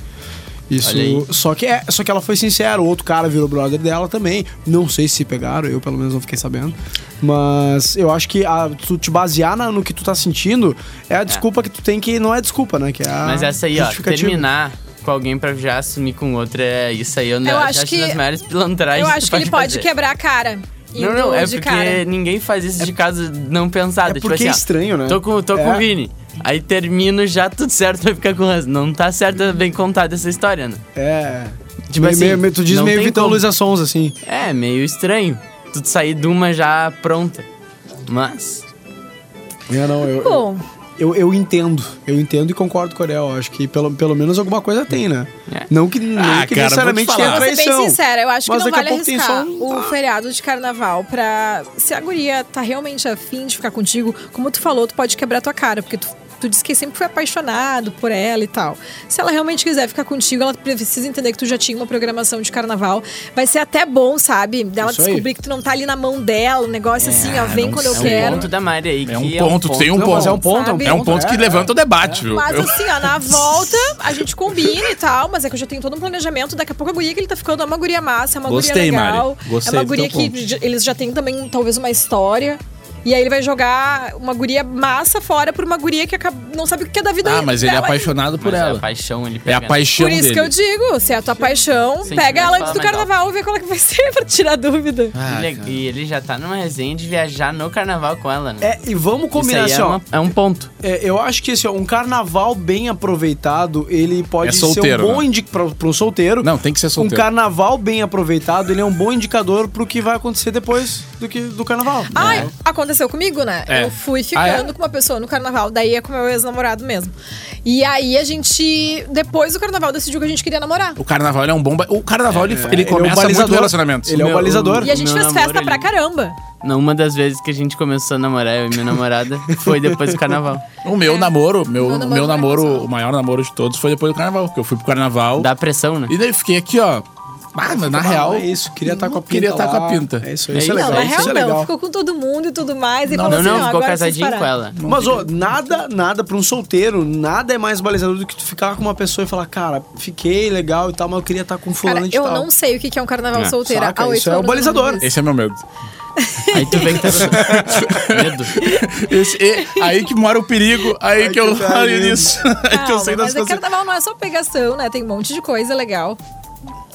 [SPEAKER 4] Isso.
[SPEAKER 3] Olha aí.
[SPEAKER 4] Só que, é, só que ela foi sincera, o outro cara virou brother dela também. Não sei se pegaram, eu pelo menos não fiquei sabendo. Mas eu acho que a- tu te basear na- no que tu tá sentindo é a desculpa que tu tem que. Não é desculpa, né? Que é a
[SPEAKER 3] Mas essa aí, ó,
[SPEAKER 4] justificativa.
[SPEAKER 3] terminar com alguém pra já assumir com outra, é isso aí eu, não,
[SPEAKER 2] Eu
[SPEAKER 3] já
[SPEAKER 2] acho
[SPEAKER 3] acho
[SPEAKER 2] que-
[SPEAKER 3] das maiores pilantragens.
[SPEAKER 2] eu acho que ele pode
[SPEAKER 3] fazer.
[SPEAKER 2] quebrar a cara.
[SPEAKER 3] Não, não,
[SPEAKER 2] indo
[SPEAKER 3] é
[SPEAKER 2] de
[SPEAKER 3] porque
[SPEAKER 2] cara.
[SPEAKER 3] ninguém faz isso de caso não pensado.
[SPEAKER 4] É porque
[SPEAKER 3] tipo assim, ó,
[SPEAKER 4] é estranho, né?
[SPEAKER 3] Tô com, tô com
[SPEAKER 4] É.
[SPEAKER 3] o Vini. Aí termino já tudo certo pra ficar com o Hans. Não tá certo, é bem contada essa história, né?
[SPEAKER 4] É.
[SPEAKER 3] Tipo
[SPEAKER 4] meio,
[SPEAKER 3] assim,
[SPEAKER 4] meio- meio- tu diz
[SPEAKER 3] não
[SPEAKER 4] meio
[SPEAKER 3] tem
[SPEAKER 4] Vitão
[SPEAKER 3] como.
[SPEAKER 4] Luiz Assons, assim.
[SPEAKER 3] É, meio estranho. Tu sair de uma já pronta. Mas.
[SPEAKER 4] É, não, eu, eu,
[SPEAKER 2] Tá Bom,
[SPEAKER 4] eu, eu entendo. Eu entendo e concordo com o Ariel. Acho que pelo, pelo menos alguma coisa tem, né?
[SPEAKER 3] É.
[SPEAKER 4] Não que, não
[SPEAKER 1] Ah, cara, vou
[SPEAKER 4] que
[SPEAKER 1] te
[SPEAKER 4] necessariamente
[SPEAKER 1] falar.
[SPEAKER 4] tenha
[SPEAKER 2] eu vou ser é bem
[SPEAKER 4] traição.
[SPEAKER 2] sincera, eu acho
[SPEAKER 4] Mas
[SPEAKER 2] que não
[SPEAKER 4] daqui a
[SPEAKER 2] vale
[SPEAKER 4] pouco tem só
[SPEAKER 2] arriscar
[SPEAKER 4] um-
[SPEAKER 2] o feriado de carnaval pra. Se a guria tá realmente afim de ficar contigo, como tu falou, tu pode quebrar tua cara, porque tu tu disse que sempre foi apaixonado por ela e tal. Se ela realmente quiser ficar contigo, ela precisa entender que tu já tinha uma programação de carnaval. Vai ser até bom, sabe? Dela
[SPEAKER 4] Isso aí.
[SPEAKER 2] descobrir que tu não tá ali na mão dela, um negócio assim, ó, vem
[SPEAKER 1] não
[SPEAKER 2] quando eu
[SPEAKER 1] sei.
[SPEAKER 3] É um
[SPEAKER 2] quero.
[SPEAKER 3] ponto da Mari aí.
[SPEAKER 1] É um
[SPEAKER 3] que
[SPEAKER 1] ponto, tem um
[SPEAKER 4] Não, mas
[SPEAKER 1] ponto.
[SPEAKER 4] é um ponto,
[SPEAKER 2] Sabe?
[SPEAKER 1] É um ponto que
[SPEAKER 4] É,
[SPEAKER 1] levanta o debate, viu?
[SPEAKER 2] Mas
[SPEAKER 1] Eu-
[SPEAKER 2] assim, ó, na volta a gente combina e tal, mas é que eu já tenho todo um planejamento. Daqui a pouco a guria que ele tá ficando é uma guria massa, é uma
[SPEAKER 1] Gostei,
[SPEAKER 2] guria
[SPEAKER 1] Mari.
[SPEAKER 2] legal.
[SPEAKER 1] Gostei
[SPEAKER 2] é uma
[SPEAKER 1] do
[SPEAKER 2] guria
[SPEAKER 1] teu
[SPEAKER 2] que
[SPEAKER 1] ponto.
[SPEAKER 2] j- eles já têm também talvez uma história. E aí ele vai jogar uma guria massa fora por uma guria que acaba- não sabe o que é da vida
[SPEAKER 1] Ah, mas ele é
[SPEAKER 2] dela.
[SPEAKER 1] apaixonado por
[SPEAKER 3] Mas é a
[SPEAKER 1] ela.
[SPEAKER 3] paixão, ele
[SPEAKER 1] É
[SPEAKER 3] pega.
[SPEAKER 1] a paixão
[SPEAKER 2] Por isso
[SPEAKER 1] dele.
[SPEAKER 2] que eu digo, se é a tua paixão,
[SPEAKER 3] Sentimento
[SPEAKER 2] pega ela antes
[SPEAKER 3] fala
[SPEAKER 2] do
[SPEAKER 3] mais alto.
[SPEAKER 2] carnaval e vê qual é que vai ser pra tirar dúvida.
[SPEAKER 1] Ah,
[SPEAKER 3] Ele-
[SPEAKER 1] cara.
[SPEAKER 3] e ele já tá numa resenha de viajar no carnaval com ela, né?
[SPEAKER 4] É, e vamos
[SPEAKER 3] Isso
[SPEAKER 4] combinar
[SPEAKER 3] aí
[SPEAKER 4] assim,
[SPEAKER 3] é,
[SPEAKER 4] ó.
[SPEAKER 3] uma- é um ponto.
[SPEAKER 4] É, eu acho que assim, ó, um carnaval bem aproveitado, ele pode
[SPEAKER 1] É solteiro,
[SPEAKER 4] ser um bom
[SPEAKER 1] né?
[SPEAKER 4] indicador para um solteiro.
[SPEAKER 1] Não, tem que ser solteiro.
[SPEAKER 4] Um carnaval bem aproveitado, ele é um bom indicador pro que vai acontecer depois do, que, do carnaval. É.
[SPEAKER 2] Ai, aconteceu comigo, né?
[SPEAKER 1] É.
[SPEAKER 2] Eu fui
[SPEAKER 1] Ah, é?
[SPEAKER 2] ficando com uma pessoa no carnaval, daí é com meu ex-namorado mesmo. E aí a gente, depois do carnaval, decidiu que a gente queria namorar.
[SPEAKER 1] O carnaval ele é um bom. ba- O carnaval ele, ele
[SPEAKER 4] ele é um
[SPEAKER 1] começa muito
[SPEAKER 4] balizador.
[SPEAKER 1] relacionamento.
[SPEAKER 4] Ele é o
[SPEAKER 3] Meu-
[SPEAKER 4] balizador.
[SPEAKER 2] E a gente
[SPEAKER 3] Meu
[SPEAKER 2] fez
[SPEAKER 3] namoro,
[SPEAKER 2] festa
[SPEAKER 3] ele-
[SPEAKER 2] pra caramba.
[SPEAKER 3] Uma das vezes que a gente começou a namorar, eu e minha namorada, foi depois do carnaval.
[SPEAKER 1] O meu namoro, meu,
[SPEAKER 2] Meu
[SPEAKER 1] meu
[SPEAKER 2] namoro
[SPEAKER 1] namoro,
[SPEAKER 2] fracassado.
[SPEAKER 1] o maior namoro de todos foi depois do carnaval, porque eu fui pro carnaval.
[SPEAKER 3] Dá pressão, né?
[SPEAKER 1] E daí fiquei aqui, ó. Ah, mas na real.
[SPEAKER 4] Ah, é isso, queria estar com a pinta.
[SPEAKER 1] Queria estar com a
[SPEAKER 4] lá.
[SPEAKER 1] pinta.
[SPEAKER 4] É isso,
[SPEAKER 3] É
[SPEAKER 4] aí, isso é
[SPEAKER 3] isso,
[SPEAKER 4] legal.
[SPEAKER 2] não, na
[SPEAKER 4] isso
[SPEAKER 2] real
[SPEAKER 4] é
[SPEAKER 2] não.
[SPEAKER 4] legal.
[SPEAKER 2] Ficou com todo mundo e tudo mais. E falou
[SPEAKER 3] Não,
[SPEAKER 2] assim,
[SPEAKER 3] não,
[SPEAKER 2] ó,
[SPEAKER 3] ficou
[SPEAKER 2] agora vocês
[SPEAKER 3] casadinho com
[SPEAKER 2] pararam.
[SPEAKER 3] ela.
[SPEAKER 4] Mas, ô, nada, nada pra um solteiro, nada é mais balizador do que tu ficar com uma pessoa e falar, cara, fiquei legal e tal, mas eu queria estar com fulano
[SPEAKER 2] Cara,
[SPEAKER 4] de
[SPEAKER 2] eu
[SPEAKER 4] tal.
[SPEAKER 2] não sei o que que é um carnaval
[SPEAKER 3] É,
[SPEAKER 2] solteira.
[SPEAKER 4] saca?
[SPEAKER 2] Há oito
[SPEAKER 4] Isso é o
[SPEAKER 2] anos eu não
[SPEAKER 4] balizador.
[SPEAKER 2] fiz.
[SPEAKER 1] Esse é meu medo.
[SPEAKER 3] Aí tu vem que tá medo.
[SPEAKER 1] Esse- e- aí que mora o perigo, aí que eu
[SPEAKER 4] tá
[SPEAKER 1] olho
[SPEAKER 4] lindo.
[SPEAKER 1] nisso. Aí que eu
[SPEAKER 2] Calma,
[SPEAKER 1] sei das
[SPEAKER 2] mas é
[SPEAKER 1] coisas.
[SPEAKER 2] carnaval não é só pegação, né? Tem um monte de coisa legal.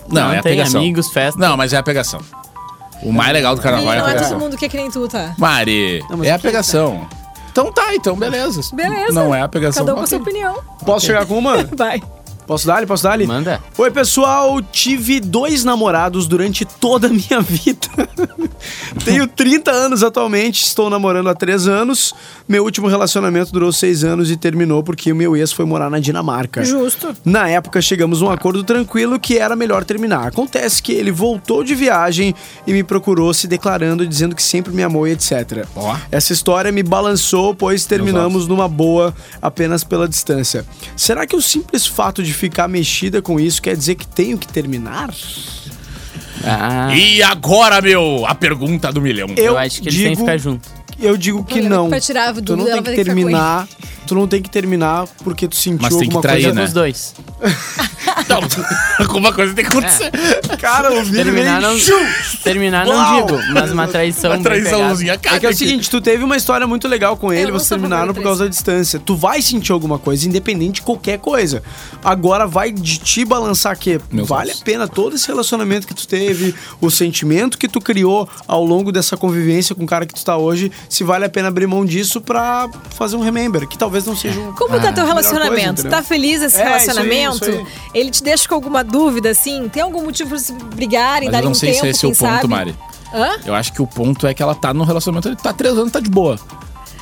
[SPEAKER 1] Não, é a
[SPEAKER 3] tem
[SPEAKER 1] pegação.
[SPEAKER 3] amigos, festa.
[SPEAKER 1] Não, mas é a pegação. O mais legal do
[SPEAKER 2] e
[SPEAKER 1] carnaval é a
[SPEAKER 2] não é todo
[SPEAKER 1] pegação.
[SPEAKER 2] mundo que é que nem tu, tá?
[SPEAKER 1] Mari,
[SPEAKER 4] Não, mas
[SPEAKER 1] é
[SPEAKER 4] o
[SPEAKER 1] a
[SPEAKER 4] que é
[SPEAKER 1] pegação. Então tá, então beleza.
[SPEAKER 2] Beleza.
[SPEAKER 1] Não é a pegação.
[SPEAKER 2] Cada um com a
[SPEAKER 1] Ok.
[SPEAKER 2] sua opinião.
[SPEAKER 4] Posso chegar com uma?
[SPEAKER 2] Vai.
[SPEAKER 4] Posso dar-lhe? Posso dar-lhe?
[SPEAKER 3] Manda.
[SPEAKER 4] Oi, pessoal. Tive dois namorados durante toda a minha vida. Tenho 30 anos atualmente, estou namorando há 3 anos. Meu último relacionamento durou 6 anos e terminou porque o meu ex foi morar na Dinamarca.
[SPEAKER 2] Justo.
[SPEAKER 4] Na época, chegamos a um acordo tranquilo que era melhor terminar. Acontece que ele voltou de viagem e me procurou se declarando, dizendo que sempre me amou e etc.
[SPEAKER 1] Ó.
[SPEAKER 4] Essa história me balançou, pois terminamos numa boa apenas pela distância. Será que o simples fato de ficar mexida com isso quer dizer que tenho que terminar?
[SPEAKER 3] Ah,
[SPEAKER 1] E agora, meu, a pergunta do milhão.
[SPEAKER 3] eu,
[SPEAKER 4] eu
[SPEAKER 3] acho que eles têm que
[SPEAKER 4] digo-
[SPEAKER 3] ficar juntos.
[SPEAKER 4] Eu digo que
[SPEAKER 2] Olha,
[SPEAKER 4] não.
[SPEAKER 2] pra tirar a
[SPEAKER 4] Tu
[SPEAKER 2] dúvida,
[SPEAKER 4] não
[SPEAKER 2] ela
[SPEAKER 4] tem
[SPEAKER 2] vai
[SPEAKER 4] que
[SPEAKER 2] ter que ficar com
[SPEAKER 4] terminar. Tu não tem que terminar porque tu sentiu
[SPEAKER 1] Mas tem que
[SPEAKER 4] alguma
[SPEAKER 1] trair,
[SPEAKER 4] coisa.
[SPEAKER 1] né?
[SPEAKER 3] Os dois.
[SPEAKER 1] Então, alguma coisa tem que
[SPEAKER 4] É,
[SPEAKER 1] acontecer.
[SPEAKER 4] Cara, o vídeo
[SPEAKER 3] Terminar não, terminar não
[SPEAKER 4] Uau!
[SPEAKER 3] digo, mas uma traição.
[SPEAKER 1] Uma
[SPEAKER 3] bem
[SPEAKER 1] traiçãozinha. Cara,
[SPEAKER 4] É que é o seguinte, tu teve uma história muito legal com ele,
[SPEAKER 2] não
[SPEAKER 4] vocês
[SPEAKER 2] sou
[SPEAKER 4] terminaram
[SPEAKER 2] favorita
[SPEAKER 4] por causa da distância. Tu vai sentir alguma coisa, independente de qualquer coisa. Agora vai de te balançar que
[SPEAKER 1] Meu
[SPEAKER 4] vale
[SPEAKER 1] Deus.
[SPEAKER 4] a pena todo esse relacionamento que tu teve, o sentimento que tu criou ao longo dessa convivência com o cara que tu tá hoje, se vale a pena abrir mão disso pra fazer um remember, que talvez não
[SPEAKER 1] É.
[SPEAKER 4] seja um...
[SPEAKER 2] Como tá teu
[SPEAKER 4] melhor coisa,
[SPEAKER 2] relacionamento?
[SPEAKER 4] entendeu?
[SPEAKER 2] tá feliz esse
[SPEAKER 4] É, isso aí,
[SPEAKER 2] relacionamento?
[SPEAKER 4] isso aí.
[SPEAKER 2] Ele te deixa com alguma dúvida, assim? Tem algum motivo pra se brigarem,
[SPEAKER 1] Mas
[SPEAKER 2] darem
[SPEAKER 1] eu
[SPEAKER 2] um
[SPEAKER 1] não sei
[SPEAKER 2] tempo,
[SPEAKER 1] se esse é
[SPEAKER 2] quem
[SPEAKER 1] o ponto,
[SPEAKER 2] sabe?
[SPEAKER 1] Mari.
[SPEAKER 2] Hã?
[SPEAKER 1] Eu acho que o ponto é que ela tá num relacionamento, ele tá três anos, tá de boa.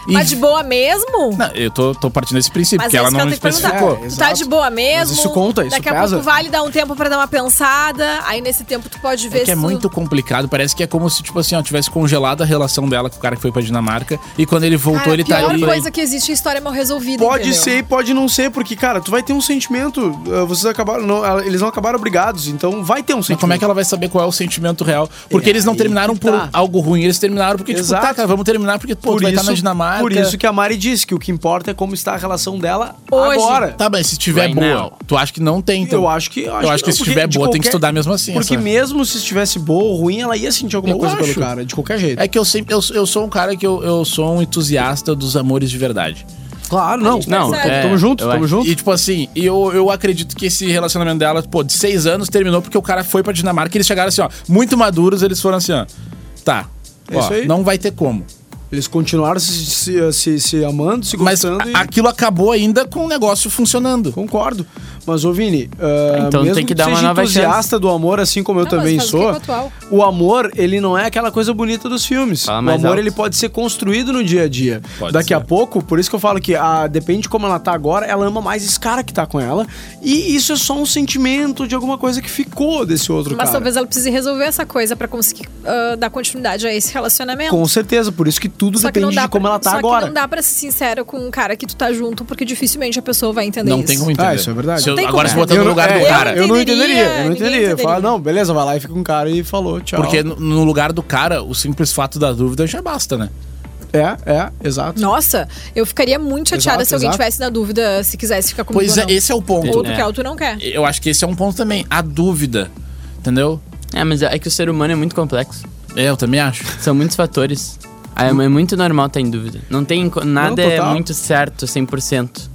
[SPEAKER 1] E-
[SPEAKER 2] Tá de boa mesmo?
[SPEAKER 1] Não, eu tô, tô partindo desse princípio,
[SPEAKER 2] Mas
[SPEAKER 1] que
[SPEAKER 2] é
[SPEAKER 1] ela
[SPEAKER 2] isso que
[SPEAKER 1] não
[SPEAKER 2] eu tenho que
[SPEAKER 1] especificou.
[SPEAKER 2] perguntar.
[SPEAKER 4] É,
[SPEAKER 2] tu tá
[SPEAKER 4] exato.
[SPEAKER 2] de boa mesmo?
[SPEAKER 4] Mas isso conta, isso
[SPEAKER 2] Daqui a
[SPEAKER 4] pesa?
[SPEAKER 2] pouco vale dar um tempo pra dar uma pensada. Aí nesse tempo tu pode ver
[SPEAKER 1] É que é
[SPEAKER 2] se tu-
[SPEAKER 1] muito complicado, parece que é como se, tipo assim, ó, tivesse congelado a relação dela com o cara que foi pra Dinamarca e quando ele voltou,
[SPEAKER 2] Cara,
[SPEAKER 1] ele tá
[SPEAKER 2] A pior
[SPEAKER 1] ali.
[SPEAKER 2] coisa que existe é história mal resolvida,
[SPEAKER 4] Pode
[SPEAKER 2] entendeu?
[SPEAKER 4] ser e pode não ser, porque, cara, tu vai ter um sentimento. eh, Vocês acabaram. não, ah, eles não acabaram brigados, então vai ter um
[SPEAKER 1] Mas
[SPEAKER 4] sentimento.
[SPEAKER 1] como é que ela vai saber qual é o sentimento real? Porque
[SPEAKER 4] É,
[SPEAKER 1] eles não
[SPEAKER 4] aí
[SPEAKER 1] terminaram
[SPEAKER 4] que
[SPEAKER 1] por
[SPEAKER 4] tá.
[SPEAKER 1] algo ruim, eles terminaram porque, tipo,
[SPEAKER 4] Exato.
[SPEAKER 1] tá, cara, vamos terminar porque, pô, tu vai estar na Dinamarca.
[SPEAKER 4] Por isso que a Mari disse que o que importa é como está a relação dela
[SPEAKER 2] Hoje.
[SPEAKER 4] agora.
[SPEAKER 1] Tá, mas se tiver
[SPEAKER 3] Right
[SPEAKER 1] boa,
[SPEAKER 3] now.
[SPEAKER 1] tu acha que não tem, então.
[SPEAKER 4] é. eu acho que eu
[SPEAKER 1] acho que se
[SPEAKER 4] porque
[SPEAKER 1] tiver
[SPEAKER 4] de
[SPEAKER 1] boa, tem que estudar mesmo assim,
[SPEAKER 4] Porque
[SPEAKER 1] essa-
[SPEAKER 4] mesmo se estivesse boa ou ruim, ela ia sentir alguma
[SPEAKER 1] Eu
[SPEAKER 4] coisa pelo
[SPEAKER 1] acho.
[SPEAKER 4] cara, de qualquer jeito.
[SPEAKER 1] É que eu sempre. Eu, eu sou um cara que eu, eu sou um entusiasta dos amores de verdade.
[SPEAKER 4] claro, não.
[SPEAKER 3] Não,
[SPEAKER 4] tamo,
[SPEAKER 3] é,
[SPEAKER 4] tamo junto,
[SPEAKER 3] eu
[SPEAKER 4] tamo
[SPEAKER 3] acho.
[SPEAKER 4] junto.
[SPEAKER 1] E tipo assim, eu, eu acredito que esse relacionamento dela, pô, de seis anos terminou porque o cara foi pra Dinamarca e eles chegaram assim, ó, muito maduros, eles foram assim, ó. Tá.
[SPEAKER 4] É
[SPEAKER 1] ó,
[SPEAKER 4] isso aí.
[SPEAKER 1] não vai ter como.
[SPEAKER 4] Eles continuaram se, se, se, se amando, se
[SPEAKER 1] Mas
[SPEAKER 4] gostando
[SPEAKER 1] a-
[SPEAKER 4] e...
[SPEAKER 1] aquilo acabou ainda com o negócio funcionando.
[SPEAKER 4] Concordo. Mas, ô Vini, ah,
[SPEAKER 3] Então
[SPEAKER 4] mesmo
[SPEAKER 3] tem que dar
[SPEAKER 4] seja
[SPEAKER 3] uma nova
[SPEAKER 4] entusiasta do amor, assim como eu
[SPEAKER 2] Não,
[SPEAKER 4] também
[SPEAKER 2] mas faz o
[SPEAKER 4] sou,
[SPEAKER 2] que é atual.
[SPEAKER 4] o amor, ele não é aquela coisa bonita dos filmes.
[SPEAKER 1] Ah,
[SPEAKER 3] Fala
[SPEAKER 4] o
[SPEAKER 3] mais
[SPEAKER 4] amor,
[SPEAKER 3] alto.
[SPEAKER 4] ele pode ser construído no dia a dia.
[SPEAKER 1] é Pode
[SPEAKER 4] Daqui
[SPEAKER 1] ser.
[SPEAKER 4] a pouco, por isso que eu falo que ah, depende de como ela tá agora, ela ama mais esse cara que tá com ela. E isso é só um sentimento de alguma coisa que ficou desse outro
[SPEAKER 2] Mas
[SPEAKER 4] cara.
[SPEAKER 2] talvez ela precise resolver essa coisa pra conseguir ah, dar continuidade a esse relacionamento.
[SPEAKER 4] Com certeza, por isso que tudo
[SPEAKER 2] Só que não
[SPEAKER 4] depende
[SPEAKER 2] dá
[SPEAKER 4] de como
[SPEAKER 2] pra-
[SPEAKER 4] ela tá
[SPEAKER 2] só
[SPEAKER 4] agora.
[SPEAKER 2] Que não dá pra ser sincero com um cara que tu tá junto, porque dificilmente a pessoa vai entender
[SPEAKER 1] Não
[SPEAKER 2] isso.
[SPEAKER 1] tem como entender.
[SPEAKER 4] Ah, isso é verdade.
[SPEAKER 1] Se eu-
[SPEAKER 2] Não tem
[SPEAKER 1] agora
[SPEAKER 2] como
[SPEAKER 1] se
[SPEAKER 2] entender.
[SPEAKER 1] botando no lugar do
[SPEAKER 2] é,
[SPEAKER 1] cara.
[SPEAKER 4] Eu não entenderia, eu não
[SPEAKER 2] ninguém
[SPEAKER 4] entenderia. Eu falava,
[SPEAKER 2] entenderia.
[SPEAKER 4] não, beleza, vai lá e fica com o cara e falou, tchau.
[SPEAKER 1] Porque no- no lugar do cara, o simples fato da dúvida já basta, né?
[SPEAKER 4] É, é, exato.
[SPEAKER 2] Nossa, eu ficaria muito chateada
[SPEAKER 4] Exato,
[SPEAKER 2] se alguém
[SPEAKER 4] exato.
[SPEAKER 2] tivesse na dúvida se quisesse ficar comigo
[SPEAKER 1] Pois
[SPEAKER 2] ou
[SPEAKER 1] é,
[SPEAKER 2] não.
[SPEAKER 1] esse é o ponto.
[SPEAKER 2] Ou tu quer ou tu não quer.
[SPEAKER 1] Eu acho que esse é um ponto também. A dúvida. Entendeu?
[SPEAKER 3] É, mas é que o ser humano é muito complexo.
[SPEAKER 1] É, eu também acho.
[SPEAKER 3] São muitos fatores. Aí é muito normal estar em dúvida. Não tem co- nada é
[SPEAKER 4] total.
[SPEAKER 3] muito certo 100%.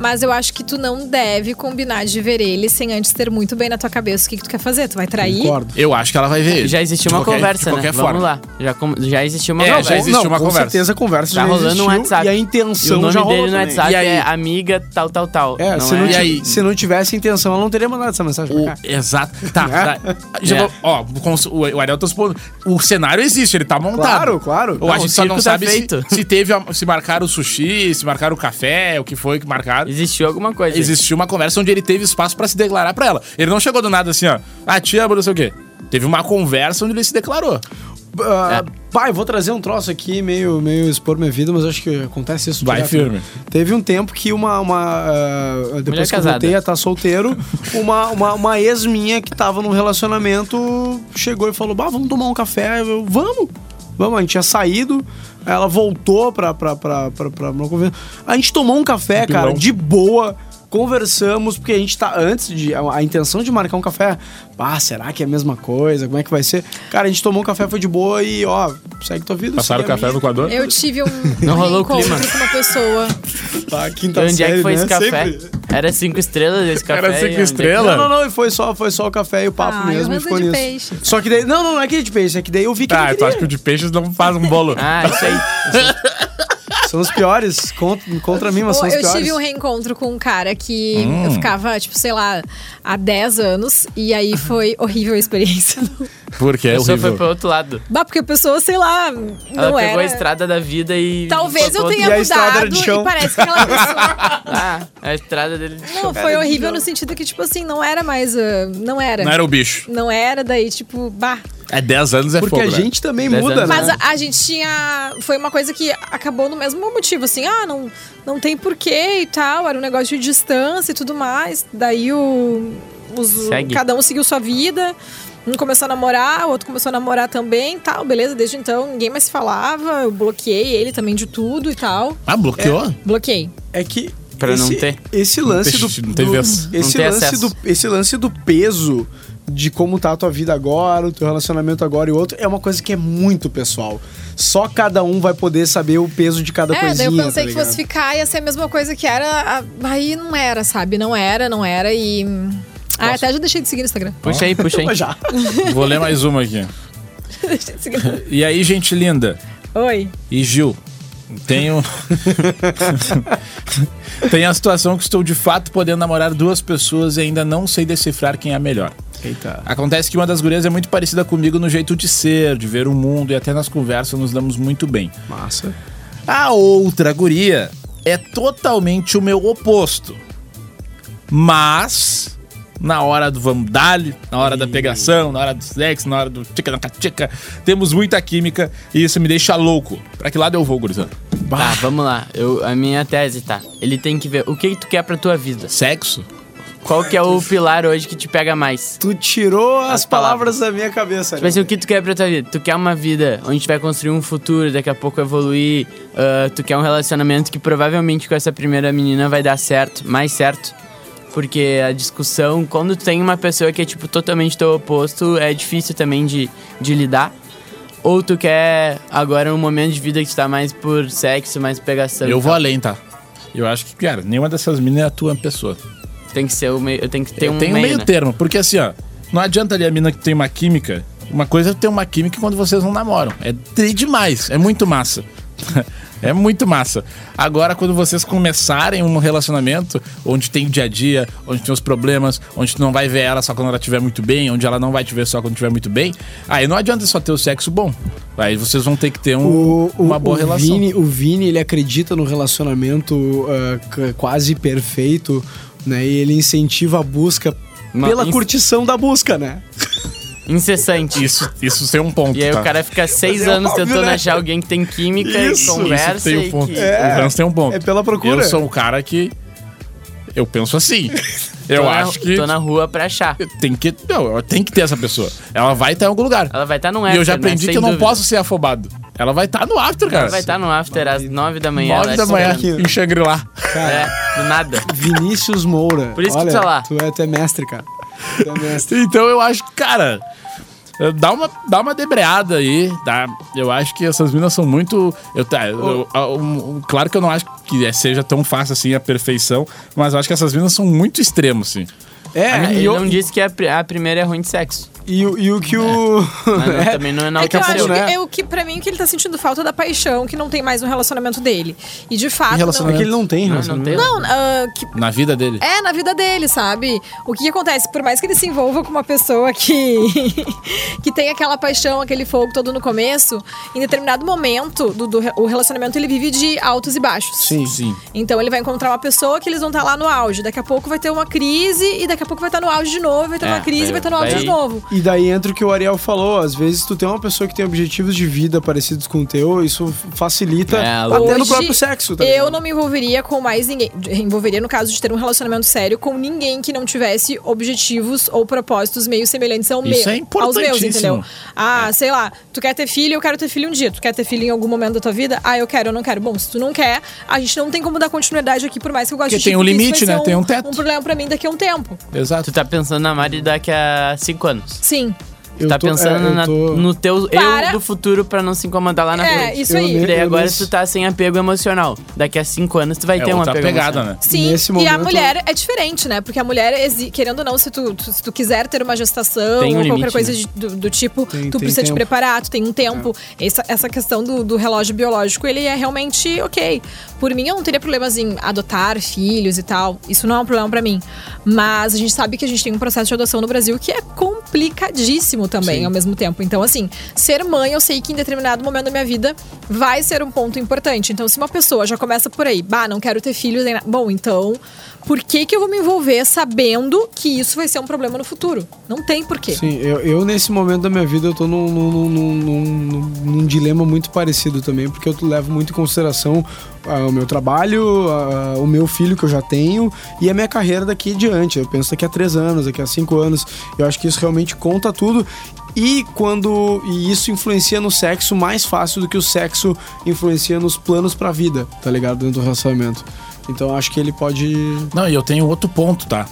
[SPEAKER 2] Mas eu acho que tu não deve combinar de ver ele sem antes ter muito bem na tua cabeça o que, que tu quer fazer. Tu vai trair?
[SPEAKER 4] Concordo.
[SPEAKER 1] Eu acho que ela vai ver.
[SPEAKER 3] Já existiu
[SPEAKER 1] De
[SPEAKER 3] uma
[SPEAKER 1] qualquer-
[SPEAKER 3] conversa,
[SPEAKER 1] de qualquer
[SPEAKER 3] né?
[SPEAKER 1] Forma.
[SPEAKER 3] Vamos lá. Já, com- já existiu uma
[SPEAKER 1] É,
[SPEAKER 3] conversa.
[SPEAKER 1] já existe
[SPEAKER 4] não,
[SPEAKER 1] uma
[SPEAKER 4] com
[SPEAKER 1] conversa.
[SPEAKER 4] certeza a conversa
[SPEAKER 3] Tá
[SPEAKER 4] já
[SPEAKER 3] rolando
[SPEAKER 4] existiu,
[SPEAKER 3] um WhatsApp.
[SPEAKER 4] E a
[SPEAKER 3] E o
[SPEAKER 4] intenção
[SPEAKER 3] nome
[SPEAKER 4] já rolou
[SPEAKER 3] dele no
[SPEAKER 4] também.
[SPEAKER 3] WhatsApp
[SPEAKER 1] E aí?
[SPEAKER 3] é amiga tal, tal, tal.
[SPEAKER 4] É,
[SPEAKER 3] não
[SPEAKER 4] se, não
[SPEAKER 3] é?
[SPEAKER 1] E
[SPEAKER 4] ti-
[SPEAKER 1] aí?
[SPEAKER 4] se não tivesse intenção, ela não teria mandado essa mensagem pra
[SPEAKER 1] O-
[SPEAKER 4] cá.
[SPEAKER 1] exato. Tá.
[SPEAKER 4] É.
[SPEAKER 1] tá. Já
[SPEAKER 3] É.
[SPEAKER 1] vou- Ó, o cons- o, o Ariel tá supondo. O cenário existe, ele tá montado.
[SPEAKER 4] Claro, claro.
[SPEAKER 1] Ou
[SPEAKER 4] Não,
[SPEAKER 1] a gente
[SPEAKER 3] o
[SPEAKER 1] só
[SPEAKER 3] circo
[SPEAKER 1] não
[SPEAKER 3] tá
[SPEAKER 1] sabe se,
[SPEAKER 3] feito.
[SPEAKER 1] se teve. a- Se marcaram o sushi, se marcaram o café, o que foi que marcaram.
[SPEAKER 3] Existiu alguma coisa. aí.
[SPEAKER 1] Existiu uma conversa onde ele teve espaço pra se declarar pra ela. Ele não chegou do nada assim, ó. Ah, te amo, não sei o quê. Teve uma conversa onde ele se declarou.
[SPEAKER 4] Ah,
[SPEAKER 3] É.
[SPEAKER 4] Pai, vou trazer um troço aqui, meio, meio expor minha vida, mas acho que acontece isso.
[SPEAKER 1] Vai
[SPEAKER 4] direto.
[SPEAKER 1] firme.
[SPEAKER 4] Teve um tempo que uma. uma ah,
[SPEAKER 3] Mulher
[SPEAKER 4] depois que eu
[SPEAKER 3] casada.
[SPEAKER 4] voltei a estar solteiro, uma, uma, uma ex minha que tava num relacionamento chegou e falou: Bah, vamos tomar um café. Eu, vamos! Vamos, a gente tinha saído, ela voltou pra, pra, pra, pra, pra uma conversa. A gente tomou um café,
[SPEAKER 1] pilão.
[SPEAKER 4] cara, de boa. Conversamos, porque a gente tá antes de. A, a intenção de marcar um café. Ah, será que é a mesma coisa? Como é que vai ser? Cara, a gente tomou um café, foi de boa e, ó, segue tua vida.
[SPEAKER 1] Passaram o
[SPEAKER 4] segue a
[SPEAKER 1] café
[SPEAKER 4] minha.
[SPEAKER 1] no coador.
[SPEAKER 2] Eu tive um
[SPEAKER 3] Não rolou o
[SPEAKER 2] reencontro
[SPEAKER 3] clima.
[SPEAKER 2] com uma pessoa.
[SPEAKER 4] Tá, quinta
[SPEAKER 3] Onde é
[SPEAKER 4] série,
[SPEAKER 3] que foi
[SPEAKER 4] né?
[SPEAKER 3] esse café?
[SPEAKER 4] Sempre.
[SPEAKER 3] Era cinco estrelas esse café.
[SPEAKER 1] Era
[SPEAKER 3] e
[SPEAKER 1] cinco
[SPEAKER 3] onde é que-
[SPEAKER 1] estrelas?
[SPEAKER 4] Não, não, não, e foi só, foi só o café e o papo
[SPEAKER 2] Ah,
[SPEAKER 4] mesmo
[SPEAKER 2] eu
[SPEAKER 4] e ficou
[SPEAKER 2] ando de
[SPEAKER 4] nisso.
[SPEAKER 2] peixe.
[SPEAKER 4] Só que daí. Não, não, não é que de peixe, é que daí eu vi que.
[SPEAKER 1] Tá,
[SPEAKER 4] ele
[SPEAKER 1] tu acha que
[SPEAKER 4] queria.
[SPEAKER 1] o de peixes não faz um bolo.
[SPEAKER 3] Ah, isso aí.
[SPEAKER 4] São os piores contra, contra mim, mas
[SPEAKER 2] Pô,
[SPEAKER 4] são os
[SPEAKER 2] eu
[SPEAKER 4] piores.
[SPEAKER 2] tive um reencontro com um cara que
[SPEAKER 3] Hum.
[SPEAKER 2] eu ficava, tipo, sei lá, há 10 anos. E aí foi horrível a experiência.
[SPEAKER 1] Porque é
[SPEAKER 3] A pessoa foi
[SPEAKER 1] horrível.
[SPEAKER 3] pro outro lado.
[SPEAKER 2] Bah, porque a pessoa, sei lá, não
[SPEAKER 3] Ela pegou
[SPEAKER 2] era.
[SPEAKER 3] a estrada da vida e.
[SPEAKER 2] Talvez eu
[SPEAKER 3] botou
[SPEAKER 4] E
[SPEAKER 2] tenha
[SPEAKER 4] a estrada era
[SPEAKER 2] mudado
[SPEAKER 4] de chão.
[SPEAKER 2] e parece que aquela pessoa.
[SPEAKER 3] outro- Ah, a estrada dele. de chão.
[SPEAKER 2] Não, foi horrível no sentido que, tipo assim, não era mais. ah, não era.
[SPEAKER 1] Não era o bicho.
[SPEAKER 2] Não era, daí, tipo, bah.
[SPEAKER 1] É 10 anos é
[SPEAKER 4] Porque
[SPEAKER 1] fogo,
[SPEAKER 4] a
[SPEAKER 1] né?
[SPEAKER 4] gente também
[SPEAKER 3] Dez
[SPEAKER 4] muda,
[SPEAKER 3] anos,
[SPEAKER 4] né?
[SPEAKER 2] Mas a, a gente tinha. Foi uma coisa que acabou no mesmo motivo, assim, ah, não, não tem porquê e tal, era um negócio de distância e tudo mais. Daí o. os-
[SPEAKER 3] Segue.
[SPEAKER 2] cada um seguiu sua vida. Um começou a namorar, o outro começou a namorar também e tal, beleza. Desde então ninguém mais se falava, eu bloqueei ele também de tudo e tal.
[SPEAKER 1] Ah, bloqueou?
[SPEAKER 2] Bloqueei.
[SPEAKER 4] É que.
[SPEAKER 3] Pra não
[SPEAKER 4] esse-
[SPEAKER 3] ter.
[SPEAKER 4] Esse lance
[SPEAKER 1] Não
[SPEAKER 4] do.
[SPEAKER 1] tem- não tem
[SPEAKER 4] do-
[SPEAKER 1] vez.
[SPEAKER 3] Não
[SPEAKER 4] Esse
[SPEAKER 3] tem
[SPEAKER 4] lance
[SPEAKER 3] acesso.
[SPEAKER 4] do. Esse lance do peso de como tá a tua vida agora, o teu relacionamento agora e outro, é uma coisa que é muito pessoal. Só cada um vai poder saber o peso de cada
[SPEAKER 2] É, daí
[SPEAKER 4] coisinha.
[SPEAKER 2] eu
[SPEAKER 4] tá
[SPEAKER 2] pensei que
[SPEAKER 4] ligado?
[SPEAKER 2] fosse ficar, ia ser a mesma coisa que era. a- Aí não era, sabe? Não era, não era e. Ah, até já deixei de seguir no Instagram.
[SPEAKER 3] Puxa aí, puxa aí.
[SPEAKER 4] Mas já.
[SPEAKER 1] Vou ler mais uma aqui.
[SPEAKER 2] Deixei de seguir. no-
[SPEAKER 1] E aí, gente linda
[SPEAKER 2] Oi.
[SPEAKER 1] e Gil, tenho. Tem a situação que estou de fato podendo namorar duas pessoas e ainda não sei decifrar quem é a melhor.
[SPEAKER 4] Eita.
[SPEAKER 1] Acontece que uma das gurias é muito parecida comigo no jeito de ser, de ver o mundo e até nas conversas nos damos muito bem.
[SPEAKER 4] Massa.
[SPEAKER 1] A outra guria é totalmente o meu oposto. Mas, na hora do vandale, na hora da pegação, na hora do sexo, na hora do tica na tica, temos muita química e isso me deixa louco. Pra que lado eu vou, gurizada?
[SPEAKER 3] Tá, vamos lá. Eu, a minha tese tá. Ele tem que ver o que, que tu quer pra tua vida.
[SPEAKER 1] Sexo?
[SPEAKER 3] Qual que é o pilar hoje que te pega mais?
[SPEAKER 4] Tu tirou as,
[SPEAKER 3] As
[SPEAKER 4] palavras,
[SPEAKER 3] palavras.
[SPEAKER 4] da minha cabeça.
[SPEAKER 3] Tipo assim, o que tu quer pra tua vida? Tu quer uma vida onde tu vai construir um futuro, daqui a pouco evoluir. ah, tu quer um relacionamento que provavelmente com essa primeira menina vai dar certo, mais certo. Porque a discussão, quando tu tem uma pessoa que é tipo totalmente teu oposto, é difícil também de, de lidar. Ou tu quer agora um momento de vida que tu tá mais por sexo, mais pegação.
[SPEAKER 1] eu
[SPEAKER 3] e
[SPEAKER 1] vou
[SPEAKER 3] tal.
[SPEAKER 1] além, tá? Eu acho que, cara, nenhuma dessas minas é a tua pessoa.
[SPEAKER 3] Tem que ser o meio. Eu tenho que ter
[SPEAKER 1] eu
[SPEAKER 3] um
[SPEAKER 1] tenho
[SPEAKER 3] meio.
[SPEAKER 1] meio
[SPEAKER 3] né?
[SPEAKER 1] termo, porque assim, ó, não adianta ali a mina que tem uma química. Uma coisa é ter uma química quando vocês não namoram. É tri demais, é muito massa. É muito massa. Agora, quando vocês começarem um relacionamento onde tem o dia a dia, onde tem os problemas, onde tu não vai ver ela só quando ela estiver muito bem, onde ela não vai te ver só quando estiver muito bem, aí não adianta só ter o sexo bom. Aí vocês vão ter que ter um-
[SPEAKER 4] O, o-
[SPEAKER 1] uma boa
[SPEAKER 4] o
[SPEAKER 1] relação.
[SPEAKER 4] Vini, o Vini, ele acredita no relacionamento ah, c- quase perfeito, né? E ele incentiva a busca
[SPEAKER 3] Uma
[SPEAKER 4] pela
[SPEAKER 3] ins-
[SPEAKER 4] curtição da busca, né?
[SPEAKER 3] Incessante.
[SPEAKER 1] Isso, isso tem um ponto.
[SPEAKER 3] E aí
[SPEAKER 1] tá?
[SPEAKER 3] o cara fica seis anos
[SPEAKER 4] óbvio,
[SPEAKER 3] tentando
[SPEAKER 4] né?
[SPEAKER 3] achar alguém que tem química
[SPEAKER 4] Isso,
[SPEAKER 3] e
[SPEAKER 4] isso
[SPEAKER 3] conversa
[SPEAKER 1] Isso tem um
[SPEAKER 3] e
[SPEAKER 1] ponto.
[SPEAKER 3] que...
[SPEAKER 1] o Hans tem um ponto.
[SPEAKER 4] é pela procura.
[SPEAKER 1] Eu sou o cara que. Eu penso assim. Eu
[SPEAKER 3] tô na-
[SPEAKER 1] acho que.
[SPEAKER 3] Tô na rua pra achar.
[SPEAKER 1] Tem que. Não, tem que ter essa pessoa. Ela vai estar em algum lugar.
[SPEAKER 3] Ela vai estar num
[SPEAKER 1] E
[SPEAKER 3] after,
[SPEAKER 1] eu já
[SPEAKER 3] né?
[SPEAKER 1] aprendi
[SPEAKER 3] Sem
[SPEAKER 1] que eu não
[SPEAKER 3] dúvida.
[SPEAKER 1] posso ser afobado. Ela vai estar no after, cara.
[SPEAKER 3] Ela vai estar no after às nove da manhã.
[SPEAKER 1] 9
[SPEAKER 3] ela é tá
[SPEAKER 1] da manhã
[SPEAKER 3] esperando.
[SPEAKER 1] em Xangri-Lá.
[SPEAKER 3] É, do nada.
[SPEAKER 4] Vinícius Moura.
[SPEAKER 3] Por isso que
[SPEAKER 4] Olha,
[SPEAKER 3] tu tá lá.
[SPEAKER 4] Tu é, tu é mestre, cara. Tu é mestre.
[SPEAKER 1] Então eu acho que, cara, eh, dá uma, dá uma debreada aí, tá? Eu acho que essas minas são muito. Eu, tá, eu-
[SPEAKER 3] Oh.
[SPEAKER 1] ah, um- um- claro que eu não acho que eh, seja tão fácil assim a perfeição, mas eu acho que essas minas são muito assim. extremos, sim.
[SPEAKER 4] É,
[SPEAKER 3] Ele
[SPEAKER 4] e, o-
[SPEAKER 3] não disse que a, pri- a primeira é ruim de sexo.
[SPEAKER 4] e o- e o que
[SPEAKER 3] É.
[SPEAKER 4] o...
[SPEAKER 3] Mas não- também não
[SPEAKER 2] É que eu
[SPEAKER 3] enalteceu.
[SPEAKER 2] acho
[SPEAKER 4] né?
[SPEAKER 2] que, eu, que pra mim o que ele tá sentindo falta é da paixão que não tem mais no relacionamento dele. E de fato.
[SPEAKER 4] É que ele não tem
[SPEAKER 3] Não, não
[SPEAKER 4] relacionamento.
[SPEAKER 3] tem.
[SPEAKER 2] Não, não ah, que
[SPEAKER 1] Na vida dele.
[SPEAKER 2] É, na vida dele, sabe? O que, que acontece? Por mais que ele se envolva com uma pessoa que, que tem aquela paixão, aquele fogo todo no começo, em determinado momento do, do re- o relacionamento ele vive de altos e baixos.
[SPEAKER 4] Sim.
[SPEAKER 1] Sim.
[SPEAKER 2] Então ele vai encontrar uma pessoa que eles vão estar lá no auge. Daqui a pouco vai ter uma crise e daqui a pouco vai estar no auge de novo, vai estar
[SPEAKER 3] É,
[SPEAKER 2] numa crise,
[SPEAKER 3] vai-
[SPEAKER 2] vai estar no auge
[SPEAKER 3] vai-
[SPEAKER 2] de novo.
[SPEAKER 4] E daí entra o que o Ariel falou, às vezes tu tem uma pessoa que tem objetivos de vida parecidos com o teu, isso facilita
[SPEAKER 3] É,
[SPEAKER 4] até no
[SPEAKER 2] Hoje,
[SPEAKER 4] próprio sexo, tá
[SPEAKER 2] eu
[SPEAKER 1] né?
[SPEAKER 4] ligado?
[SPEAKER 2] não me envolveria com mais ninguém. de- Envolveria, no caso de ter um relacionamento sério, com ninguém que não tivesse objetivos ou propósitos meio semelhantes ao
[SPEAKER 1] Isso
[SPEAKER 2] meu,
[SPEAKER 1] é
[SPEAKER 2] aos meus,
[SPEAKER 1] importantíssimo. É.
[SPEAKER 2] entendeu? Ah, sei lá, tu quer ter filho, eu quero ter filho um dia. Tu quer ter filho em algum momento da tua vida? Ah, eu quero, eu não quero. Bom, se tu não quer, a gente não tem como dar continuidade aqui, por mais que eu goste
[SPEAKER 1] Porque
[SPEAKER 2] de
[SPEAKER 1] tem
[SPEAKER 2] ti,
[SPEAKER 1] um
[SPEAKER 2] porque isso
[SPEAKER 1] limite,
[SPEAKER 2] vai
[SPEAKER 1] né?
[SPEAKER 2] ser
[SPEAKER 1] Tem um teto.
[SPEAKER 2] Um problema pra mim daqui a um tempo.
[SPEAKER 1] Exato.
[SPEAKER 3] Tu tá pensando na Mari daqui a cinco anos.
[SPEAKER 2] Sim.
[SPEAKER 3] Tu tá
[SPEAKER 4] tô- é,
[SPEAKER 3] pensando
[SPEAKER 4] eu
[SPEAKER 3] na-
[SPEAKER 4] tô-
[SPEAKER 3] no teu
[SPEAKER 2] Para.
[SPEAKER 3] eu do futuro pra não se incomodar lá na
[SPEAKER 2] É,
[SPEAKER 3] frente.
[SPEAKER 2] isso
[SPEAKER 4] Eu
[SPEAKER 2] aí.
[SPEAKER 4] nem-
[SPEAKER 3] E daí
[SPEAKER 4] eu
[SPEAKER 3] agora
[SPEAKER 4] nem-
[SPEAKER 3] tu tá sem apego emocional. Daqui a cinco anos tu vai
[SPEAKER 1] É
[SPEAKER 3] ter um
[SPEAKER 1] outra
[SPEAKER 3] apego
[SPEAKER 1] pegada,
[SPEAKER 3] emocional.
[SPEAKER 1] né?
[SPEAKER 2] Sim,
[SPEAKER 4] Nesse
[SPEAKER 2] e a
[SPEAKER 4] momento-
[SPEAKER 2] mulher é diferente, né? Porque a mulher, exi- querendo ou não, se tu, tu- se tu quiser ter uma gestação
[SPEAKER 3] Tem um
[SPEAKER 2] ou
[SPEAKER 3] limite,
[SPEAKER 2] qualquer coisa
[SPEAKER 3] né?
[SPEAKER 2] de- do, do tipo,
[SPEAKER 4] Tem-
[SPEAKER 2] tu
[SPEAKER 4] tem
[SPEAKER 2] precisa te
[SPEAKER 4] tempo.
[SPEAKER 2] preparar, tu tem um tempo. Essa, essa questão do, do relógio biológico, ele é realmente ok. Por mim, eu não teria problemas em adotar filhos e tal. Isso não é um problema pra mim. Mas a gente sabe que a gente tem um processo de adoção no Brasil que é complicadíssimo também, ao mesmo tempo. Então, assim, ser mãe, eu sei que em determinado momento da minha vida vai ser um ponto importante. Então, se uma pessoa já começa por aí, bah, não quero ter filhos, nem nada. Bom, então, por que que eu vou me envolver sabendo que isso vai ser um problema no futuro? Não tem porquê.
[SPEAKER 4] Sim, eu, eu nesse momento da minha vida eu tô num, num, num, num, num- num dilema muito parecido também, porque eu levo muito em consideração ah, o meu trabalho, ah, o meu filho que eu já tenho e a minha carreira daqui adiante. Eu penso daqui a três anos, daqui a cinco anos. Eu acho que isso realmente conta tudo. E quando. E isso influencia no sexo mais fácil do que o sexo influencia nos planos pra vida, tá ligado? Dentro do relacionamento. Então eu acho que ele pode.
[SPEAKER 1] Não, e eu tenho outro ponto, tá?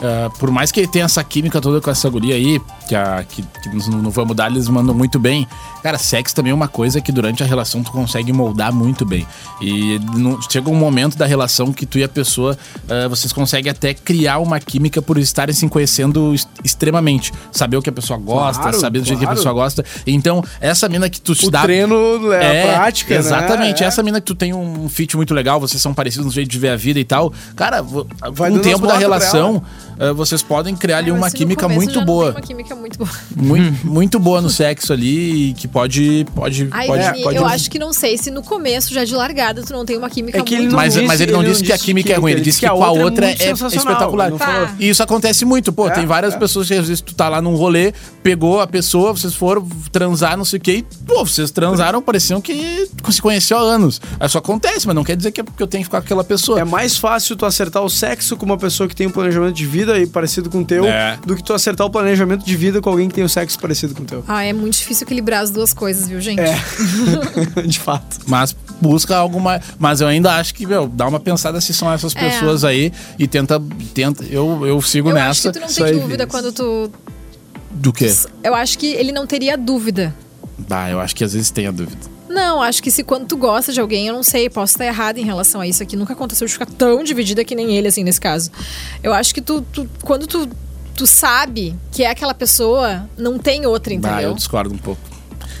[SPEAKER 1] Ah, por mais que ele tenha essa química toda com essa guria aí, que, a, que, que nos- no Vamos Dar eles mandam muito bem. Cara, sexo também é uma coisa que durante a relação tu consegue moldar muito bem. E não- chega um momento da relação que tu e a pessoa, ah, vocês conseguem até criar uma química por estarem se conhecendo est- extremamente. Saber o que a pessoa gosta,
[SPEAKER 4] Claro,
[SPEAKER 1] saber do jeito que a
[SPEAKER 4] claro.
[SPEAKER 1] pessoa gosta. Então, essa mina que tu te
[SPEAKER 4] O
[SPEAKER 1] dá...
[SPEAKER 4] treino é, a prática, né?
[SPEAKER 1] Exatamente.
[SPEAKER 4] É.
[SPEAKER 1] Essa mina que tu tem um fit muito legal, vocês são parecidos no jeito de ver a vida e tal. Cara, vo- com
[SPEAKER 4] Vai
[SPEAKER 1] o
[SPEAKER 4] dando as
[SPEAKER 1] tempo da
[SPEAKER 4] botas pra
[SPEAKER 1] relação, eh, vocês podem criar ali
[SPEAKER 2] É, mas
[SPEAKER 1] uma
[SPEAKER 2] se no
[SPEAKER 1] química
[SPEAKER 2] começo já
[SPEAKER 1] muito
[SPEAKER 2] não
[SPEAKER 1] boa.
[SPEAKER 2] tem uma química Hum. muito boa.
[SPEAKER 1] Muito, muito boa no sexo ali e que pode. pode,
[SPEAKER 2] Ai,
[SPEAKER 1] pode,
[SPEAKER 2] Vini,
[SPEAKER 1] pode
[SPEAKER 2] eu acho que não sei se no começo, já de largada, tu não tem uma química
[SPEAKER 4] É que ele
[SPEAKER 2] muito
[SPEAKER 4] não
[SPEAKER 1] mas,
[SPEAKER 4] disse-
[SPEAKER 1] mas ele não
[SPEAKER 4] ele não
[SPEAKER 1] disse que a
[SPEAKER 4] disse
[SPEAKER 1] química
[SPEAKER 4] que-
[SPEAKER 1] é ruim, ele
[SPEAKER 4] ele
[SPEAKER 1] disse que,
[SPEAKER 4] disse que
[SPEAKER 1] com
[SPEAKER 4] a
[SPEAKER 1] a
[SPEAKER 4] outra
[SPEAKER 1] outra
[SPEAKER 4] é
[SPEAKER 1] é,
[SPEAKER 4] muito
[SPEAKER 1] é
[SPEAKER 4] sensacional,
[SPEAKER 1] espetacular.
[SPEAKER 4] ele não
[SPEAKER 2] Tá. falou.
[SPEAKER 1] E isso acontece muito, pô.
[SPEAKER 4] É,
[SPEAKER 1] tem várias
[SPEAKER 4] é.
[SPEAKER 1] pessoas que às vezes tu tá lá num rolê, pegou a pessoa, vocês foram transar, não sei o quê, e, pô, vocês transaram, pareciam que se conheceu há anos. Isso acontece, mas não quer dizer que é porque eu tenho que ficar com aquela pessoa.
[SPEAKER 4] É mais fácil tu acertar o sexo com uma pessoa que tem um planejamento de vida e parecido com o teu
[SPEAKER 1] É.
[SPEAKER 4] do que tu acertar o planejamento de vida com alguém que tem o sexo parecido com o teu.
[SPEAKER 2] Ah, é muito difícil equilibrar as duas coisas, viu, gente?
[SPEAKER 4] É.
[SPEAKER 1] É,
[SPEAKER 4] de fato.
[SPEAKER 1] Mas busca algo mais. Mas eu ainda acho que, meu, dá uma pensada se são essas
[SPEAKER 2] É.
[SPEAKER 1] pessoas aí e tenta. tenta eu, eu sigo
[SPEAKER 2] Eu acho
[SPEAKER 1] nessa.
[SPEAKER 2] que tu não
[SPEAKER 4] isso
[SPEAKER 2] tem
[SPEAKER 4] aí,
[SPEAKER 2] dúvida
[SPEAKER 4] Vinícius.
[SPEAKER 2] quando tu.
[SPEAKER 1] Do quê?
[SPEAKER 2] Eu acho que ele não teria dúvida.
[SPEAKER 1] Bah, eu acho que às vezes tem a dúvida.
[SPEAKER 2] Não, acho que se quando tu gosta de alguém, eu não sei, posso estar errada em relação a isso aqui. Nunca aconteceu de ficar tão dividida que nem ele, assim, nesse caso. Eu acho que tu, tu- quando tu, tu sabe que é aquela pessoa, não tem outra,
[SPEAKER 1] Bah, eu
[SPEAKER 2] entendeu?
[SPEAKER 1] discordo um pouco.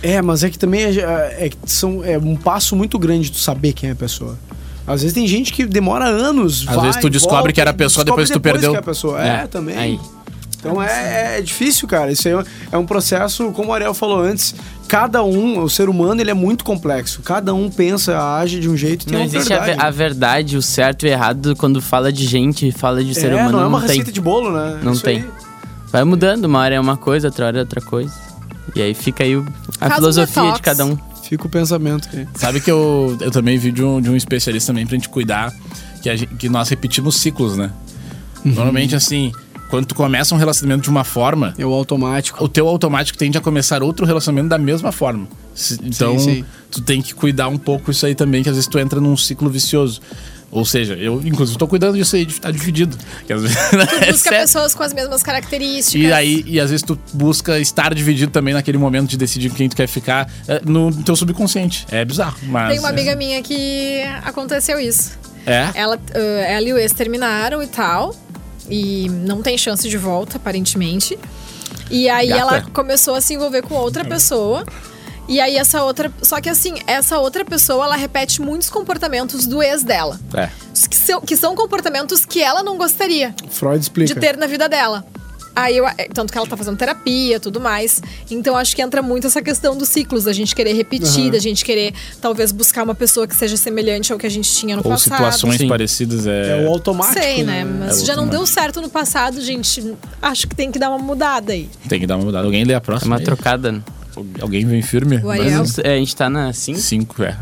[SPEAKER 4] É, mas é que também é, é que são, é um passo muito grande tu saber quem é a pessoa. Às vezes tem gente que demora anos.
[SPEAKER 1] Às vezes tu descobre que era a pessoa,
[SPEAKER 4] descobre
[SPEAKER 1] depois tu perdeu.
[SPEAKER 4] que é a pessoa. É,
[SPEAKER 1] É,
[SPEAKER 4] também.
[SPEAKER 3] aí.
[SPEAKER 4] Então é, é difícil, cara. Isso aí é um- é um processo, como o Ariel falou antes, cada um, o ser humano, ele é muito complexo. Cada um pensa, age de um jeito e tem
[SPEAKER 3] Não
[SPEAKER 4] uma
[SPEAKER 3] existe a,
[SPEAKER 4] verdade. né?
[SPEAKER 3] ve- a verdade, o certo e o errado quando fala de gente, fala de ser
[SPEAKER 4] é,
[SPEAKER 3] humano,
[SPEAKER 4] não é uma
[SPEAKER 3] tem.
[SPEAKER 4] receita de bolo, né?
[SPEAKER 3] Não
[SPEAKER 4] Isso
[SPEAKER 3] tem.
[SPEAKER 4] aí.
[SPEAKER 3] Vai mudando, uma hora é uma coisa, outra hora é outra coisa. E aí fica aí o- a
[SPEAKER 2] Faz um
[SPEAKER 3] filosofia
[SPEAKER 2] detox.
[SPEAKER 3] de cada um.
[SPEAKER 4] Fica o pensamento aí.
[SPEAKER 1] Sabe que eu, eu também vi de um, de um especialista também pra gente cuidar que, a gente- que nós repetimos ciclos, né?
[SPEAKER 4] Uhum.
[SPEAKER 1] Normalmente, assim, quando tu começa um relacionamento de uma forma,
[SPEAKER 4] É o automático.
[SPEAKER 1] o teu automático tende a começar outro relacionamento da mesma forma. Se- Então,
[SPEAKER 4] sim.
[SPEAKER 1] tu tem que cuidar um pouco isso aí também, que às vezes tu entra num ciclo vicioso. Ou seja, eu, inclusive, tô cuidando disso aí de ficar dividido. Que às vezes, é
[SPEAKER 2] Busca
[SPEAKER 1] sério.
[SPEAKER 2] pessoas com as mesmas características.
[SPEAKER 1] E aí, e às vezes tu busca estar dividido também naquele momento de decidir com quem tu quer ficar é, no teu subconsciente. É bizarro, mas...
[SPEAKER 2] Tem uma amiga minha que aconteceu isso.
[SPEAKER 1] É?
[SPEAKER 2] Ela, ah, ela e o ex terminaram e tal. E não tem chance de volta, aparentemente. E aí
[SPEAKER 1] Gata. Uhum.
[SPEAKER 2] ela começou a se envolver com outra pessoa. E aí essa outra. Só que assim, essa outra pessoa, ela repete muitos comportamentos do ex dela.
[SPEAKER 1] É.
[SPEAKER 2] Que são, que são comportamentos que ela não gostaria
[SPEAKER 4] Freud
[SPEAKER 2] de
[SPEAKER 4] explica.
[SPEAKER 2] ter na vida dela. Aí eu, é, tanto que ela tá fazendo terapia tudo mais. Então acho que entra muito essa questão dos ciclos, da gente querer repetir, da gente querer talvez buscar uma pessoa que seja semelhante ao que a gente tinha no
[SPEAKER 1] Ou
[SPEAKER 2] passado.
[SPEAKER 1] situações
[SPEAKER 3] Sim.
[SPEAKER 1] parecidas
[SPEAKER 4] É
[SPEAKER 1] é...
[SPEAKER 4] o automático.
[SPEAKER 2] Sei, né?
[SPEAKER 1] É
[SPEAKER 2] Mas
[SPEAKER 1] outro
[SPEAKER 2] já não
[SPEAKER 1] mais.
[SPEAKER 2] deu certo no passado, gente. Acho que tem que dar uma mudada aí.
[SPEAKER 1] Tem que dar uma mudada. Alguém lê a
[SPEAKER 3] É
[SPEAKER 1] próxima?
[SPEAKER 3] uma trocada. né?
[SPEAKER 1] Aí? Alguém vem firme?
[SPEAKER 2] O
[SPEAKER 3] Mas
[SPEAKER 2] Ariel.
[SPEAKER 3] não sei, é, a gente tá na 5.
[SPEAKER 1] Cinco, é.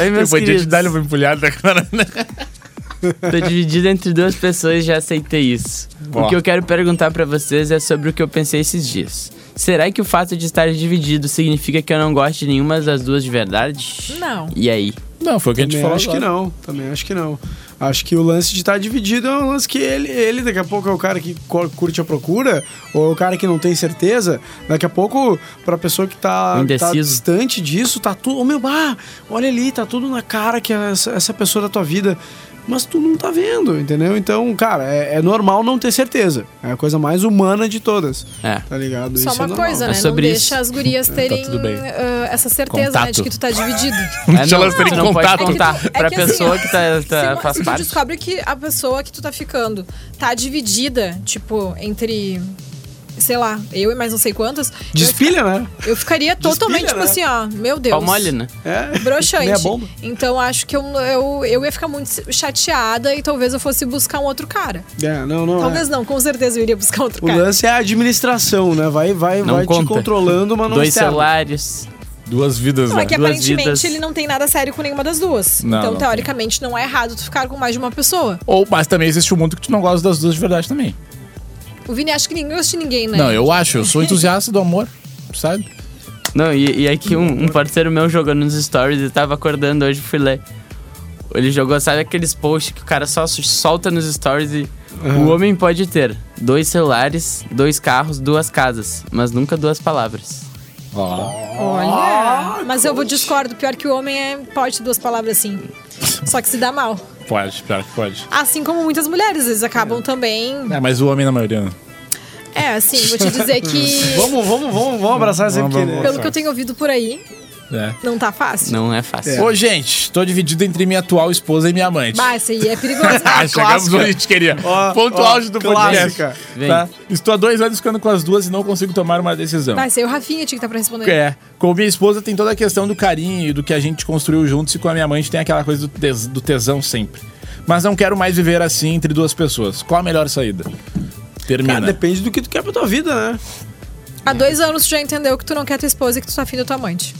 [SPEAKER 3] Oi,
[SPEAKER 1] Eu
[SPEAKER 3] meus
[SPEAKER 1] podia te
[SPEAKER 3] queridos.
[SPEAKER 1] dar ele foi empulhado agora, né?
[SPEAKER 3] Tô dividido entre duas pessoas e já aceitei isso.
[SPEAKER 1] Ó.
[SPEAKER 3] O que eu quero perguntar pra vocês é sobre o que eu pensei esses dias. Será que o fato de estar dividido significa que eu não gosto de nenhuma das duas de verdade?
[SPEAKER 2] Não.
[SPEAKER 3] E aí?
[SPEAKER 1] Não, foi o que a gente
[SPEAKER 4] Também
[SPEAKER 1] falou
[SPEAKER 4] acho que
[SPEAKER 1] agora.
[SPEAKER 4] não, também acho que não. Acho que o lance de estar dividido é um lance que ele, ele daqui a pouco é o cara que co- curte a procura, ou é o cara que não tem certeza. Daqui a pouco, pra pessoa que tá,
[SPEAKER 3] Indeciso.
[SPEAKER 4] tá distante disso, tá tudo. Oh, meu, bah, olha ali, tá tudo na cara que é essa, essa pessoa da tua vida. Mas tu não tá vendo, entendeu? Então, cara, é, é normal não ter certeza. É a coisa mais humana de todas.
[SPEAKER 3] É.
[SPEAKER 4] Tá
[SPEAKER 2] Só
[SPEAKER 4] ligado? Isso é
[SPEAKER 2] uma
[SPEAKER 4] normal.
[SPEAKER 2] coisa,
[SPEAKER 3] É
[SPEAKER 2] né?
[SPEAKER 3] sobre
[SPEAKER 2] não
[SPEAKER 3] isso.
[SPEAKER 2] deixa as gurias terem
[SPEAKER 1] Tá tudo bem.
[SPEAKER 2] ah, essa certeza, né?
[SPEAKER 1] Contato.
[SPEAKER 2] De que tu tá dividido.
[SPEAKER 1] Deixa elas terem
[SPEAKER 3] tu Ah, não pode
[SPEAKER 1] contato.
[SPEAKER 3] contar.
[SPEAKER 2] É que tu- é
[SPEAKER 3] pra
[SPEAKER 2] que assim,
[SPEAKER 3] pessoa
[SPEAKER 2] ó,
[SPEAKER 3] que tá, tá-
[SPEAKER 2] se, uma-
[SPEAKER 3] faz
[SPEAKER 2] se tu
[SPEAKER 3] parte.
[SPEAKER 2] descobre que a pessoa que tu tá ficando tá dividida, tipo, entre. Sei lá, eu e mais não sei quantas.
[SPEAKER 4] Despilha, né?
[SPEAKER 2] Eu, eu ficaria totalmente, tipo
[SPEAKER 4] né?
[SPEAKER 2] assim, ó, meu Deus.
[SPEAKER 3] Pau mole, né?
[SPEAKER 4] É. Meia
[SPEAKER 2] Broxante.
[SPEAKER 4] bomba.
[SPEAKER 2] Então acho que eu, eu, eu ia ficar muito chateada e talvez eu fosse buscar um outro cara.
[SPEAKER 4] É, não, não. é.
[SPEAKER 2] Talvez não, com certeza eu iria buscar outro
[SPEAKER 4] O
[SPEAKER 2] cara.
[SPEAKER 4] lance é a administração, né? Vai, vai,
[SPEAKER 3] Não
[SPEAKER 4] vai te
[SPEAKER 3] conta.
[SPEAKER 4] controlando, mas não
[SPEAKER 3] Dois
[SPEAKER 4] externa.
[SPEAKER 3] celulares.
[SPEAKER 1] Duas vidas,
[SPEAKER 2] Não,
[SPEAKER 1] né?
[SPEAKER 2] é que
[SPEAKER 3] Duas
[SPEAKER 2] aparentemente
[SPEAKER 3] vidas.
[SPEAKER 2] ele não tem nada sério com nenhuma das duas.
[SPEAKER 1] Não,
[SPEAKER 2] então,
[SPEAKER 1] não
[SPEAKER 2] teoricamente, não é errado tu ficar com mais de uma pessoa.
[SPEAKER 1] Ou, mas também existe um mundo que tu não gosta das duas de verdade também.
[SPEAKER 2] O Vini acha que ninguém gosta de ninguém, né?
[SPEAKER 1] Não, eu acho. Eu sou entusiasta do amor, sabe?
[SPEAKER 3] Não, e, e aqui um, um parceiro meu jogando nos stories, ele tava acordando hoje, fui ler. Ele jogou, sabe aqueles posts que o cara só su- solta nos stories e. O homem pode ter dois celulares, dois carros, duas casas, mas nunca duas palavras.
[SPEAKER 1] Ó.
[SPEAKER 2] Olha. Mas eu vou discordo. Pior que o homem é pode ter duas palavras assim. Só que se dá mal.
[SPEAKER 1] Pode, pior que pode.
[SPEAKER 2] Assim como muitas mulheres, eles acabam também.
[SPEAKER 1] É, mas o homem na maioria, né?
[SPEAKER 2] É, assim, vou te dizer que.
[SPEAKER 4] Vamos, vamos, vamos, vamos abraçar essa
[SPEAKER 1] Vamos,
[SPEAKER 4] pequena.
[SPEAKER 1] vamos,
[SPEAKER 2] Pelo que eu tenho ouvido por aí,
[SPEAKER 1] É.
[SPEAKER 2] não tá fácil.
[SPEAKER 3] Não é fácil.
[SPEAKER 1] Ô, gente, tô dividido entre minha atual esposa e minha amante.
[SPEAKER 2] Mas isso aí é perigoso.
[SPEAKER 1] Ah, chegamos onde a gente queria.
[SPEAKER 4] Ó,
[SPEAKER 1] Ponto
[SPEAKER 4] ó,
[SPEAKER 1] auge do podcast.
[SPEAKER 4] clássica.
[SPEAKER 3] Vem.
[SPEAKER 1] Tá? Estou há dois anos ficando com as duas e não consigo tomar uma decisão.
[SPEAKER 2] Mas isso aí é o Rafinha tinha que estar pra responder.
[SPEAKER 1] É, com minha esposa tem toda a questão do carinho e do que a gente construiu juntos, e com a minha mãe tem aquela coisa do, tes- do tesão sempre. Mas não quero mais viver assim entre duas pessoas. Qual a melhor saída? Termina.
[SPEAKER 4] Cara, depende do que tu quer pra tua vida, né?
[SPEAKER 2] Há dois anos tu já entendeu que tu não quer tua esposa e que tu tá afim da tua amante.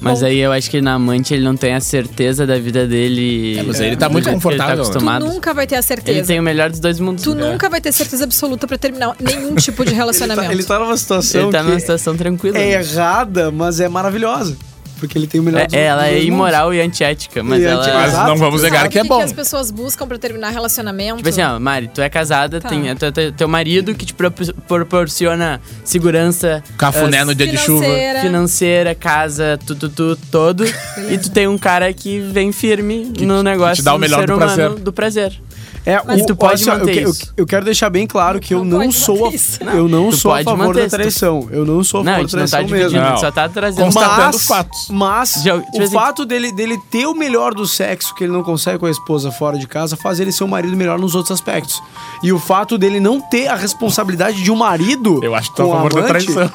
[SPEAKER 3] Mas aí eu acho que na amante ele não tem a certeza da vida dele.
[SPEAKER 1] É, mas aí ele tá muito
[SPEAKER 3] do jeito que
[SPEAKER 1] confortável, né?
[SPEAKER 3] Ele tá
[SPEAKER 2] Tu
[SPEAKER 3] acostumado.
[SPEAKER 2] nunca vai ter a
[SPEAKER 3] Ele
[SPEAKER 2] certeza.
[SPEAKER 3] tem um o melhor dos dois mundos. É.
[SPEAKER 2] Tu nunca vai ter certeza absoluta pra terminar nenhum tipo de
[SPEAKER 4] Ele
[SPEAKER 2] relacionamento.
[SPEAKER 4] tá, ele tá numa situação
[SPEAKER 3] Ele tá
[SPEAKER 4] que
[SPEAKER 3] numa situação tranquila.
[SPEAKER 4] é
[SPEAKER 3] né?
[SPEAKER 4] errada, mas é maravilhosa. Porque ele tem o melhor
[SPEAKER 3] É,
[SPEAKER 4] dos-
[SPEAKER 3] ela
[SPEAKER 4] dos
[SPEAKER 3] é
[SPEAKER 4] dois mundos.
[SPEAKER 3] imoral e antiética, mas
[SPEAKER 4] E
[SPEAKER 3] ela. é
[SPEAKER 4] antiética.
[SPEAKER 1] Mas
[SPEAKER 4] Exato.
[SPEAKER 1] não vamos
[SPEAKER 2] Tu
[SPEAKER 1] negar
[SPEAKER 2] sabe
[SPEAKER 1] que é
[SPEAKER 2] o
[SPEAKER 1] bom.
[SPEAKER 2] que as pessoas buscam pra terminar relacionamento?
[SPEAKER 3] Tipo assim, ó, Mari, tu é casada,
[SPEAKER 2] Tá.
[SPEAKER 3] tem é teu, teu- teu marido que te propo- proporciona segurança.
[SPEAKER 1] Cafuné
[SPEAKER 3] ah,
[SPEAKER 1] no dia de chuva.
[SPEAKER 2] financeira.
[SPEAKER 3] Financeira, casa, tu, tu, tu, todo. E tu tem um cara que vem firme no negócio
[SPEAKER 1] dá o melhor
[SPEAKER 3] ser
[SPEAKER 1] do
[SPEAKER 3] humano,
[SPEAKER 1] prazer.
[SPEAKER 3] do prazer.
[SPEAKER 4] É,
[SPEAKER 3] Mas tu pode
[SPEAKER 4] ó,
[SPEAKER 3] manter
[SPEAKER 4] eu, que- eu,
[SPEAKER 3] isso.
[SPEAKER 4] eu quero deixar bem claro que eu
[SPEAKER 2] Não
[SPEAKER 4] não
[SPEAKER 2] pode
[SPEAKER 4] sou
[SPEAKER 2] manter
[SPEAKER 4] a,
[SPEAKER 2] isso.
[SPEAKER 4] eu não
[SPEAKER 3] Tu
[SPEAKER 4] sou a
[SPEAKER 3] pode
[SPEAKER 4] favor
[SPEAKER 3] manter
[SPEAKER 4] da
[SPEAKER 3] isso.
[SPEAKER 4] traição. Eu não sou a
[SPEAKER 3] Não, a
[SPEAKER 4] favor
[SPEAKER 3] gente
[SPEAKER 4] da
[SPEAKER 3] não tá
[SPEAKER 4] traição
[SPEAKER 3] dividindo,
[SPEAKER 4] mesmo.
[SPEAKER 3] a
[SPEAKER 1] Não.
[SPEAKER 3] gente só tá trazendo.
[SPEAKER 1] Consta- Constatando
[SPEAKER 4] mas,
[SPEAKER 1] fatos.
[SPEAKER 4] Mas
[SPEAKER 3] Já- tipo
[SPEAKER 4] o
[SPEAKER 3] assim-
[SPEAKER 4] fato dele, dele ter o melhor do sexo que ele não consegue com a esposa fora de casa faz ele ser um marido melhor nos outros aspectos. E o fato dele não ter a responsabilidade de um marido.
[SPEAKER 1] Eu acho que tu é a
[SPEAKER 4] com um
[SPEAKER 1] favor da
[SPEAKER 4] amante-
[SPEAKER 1] traição.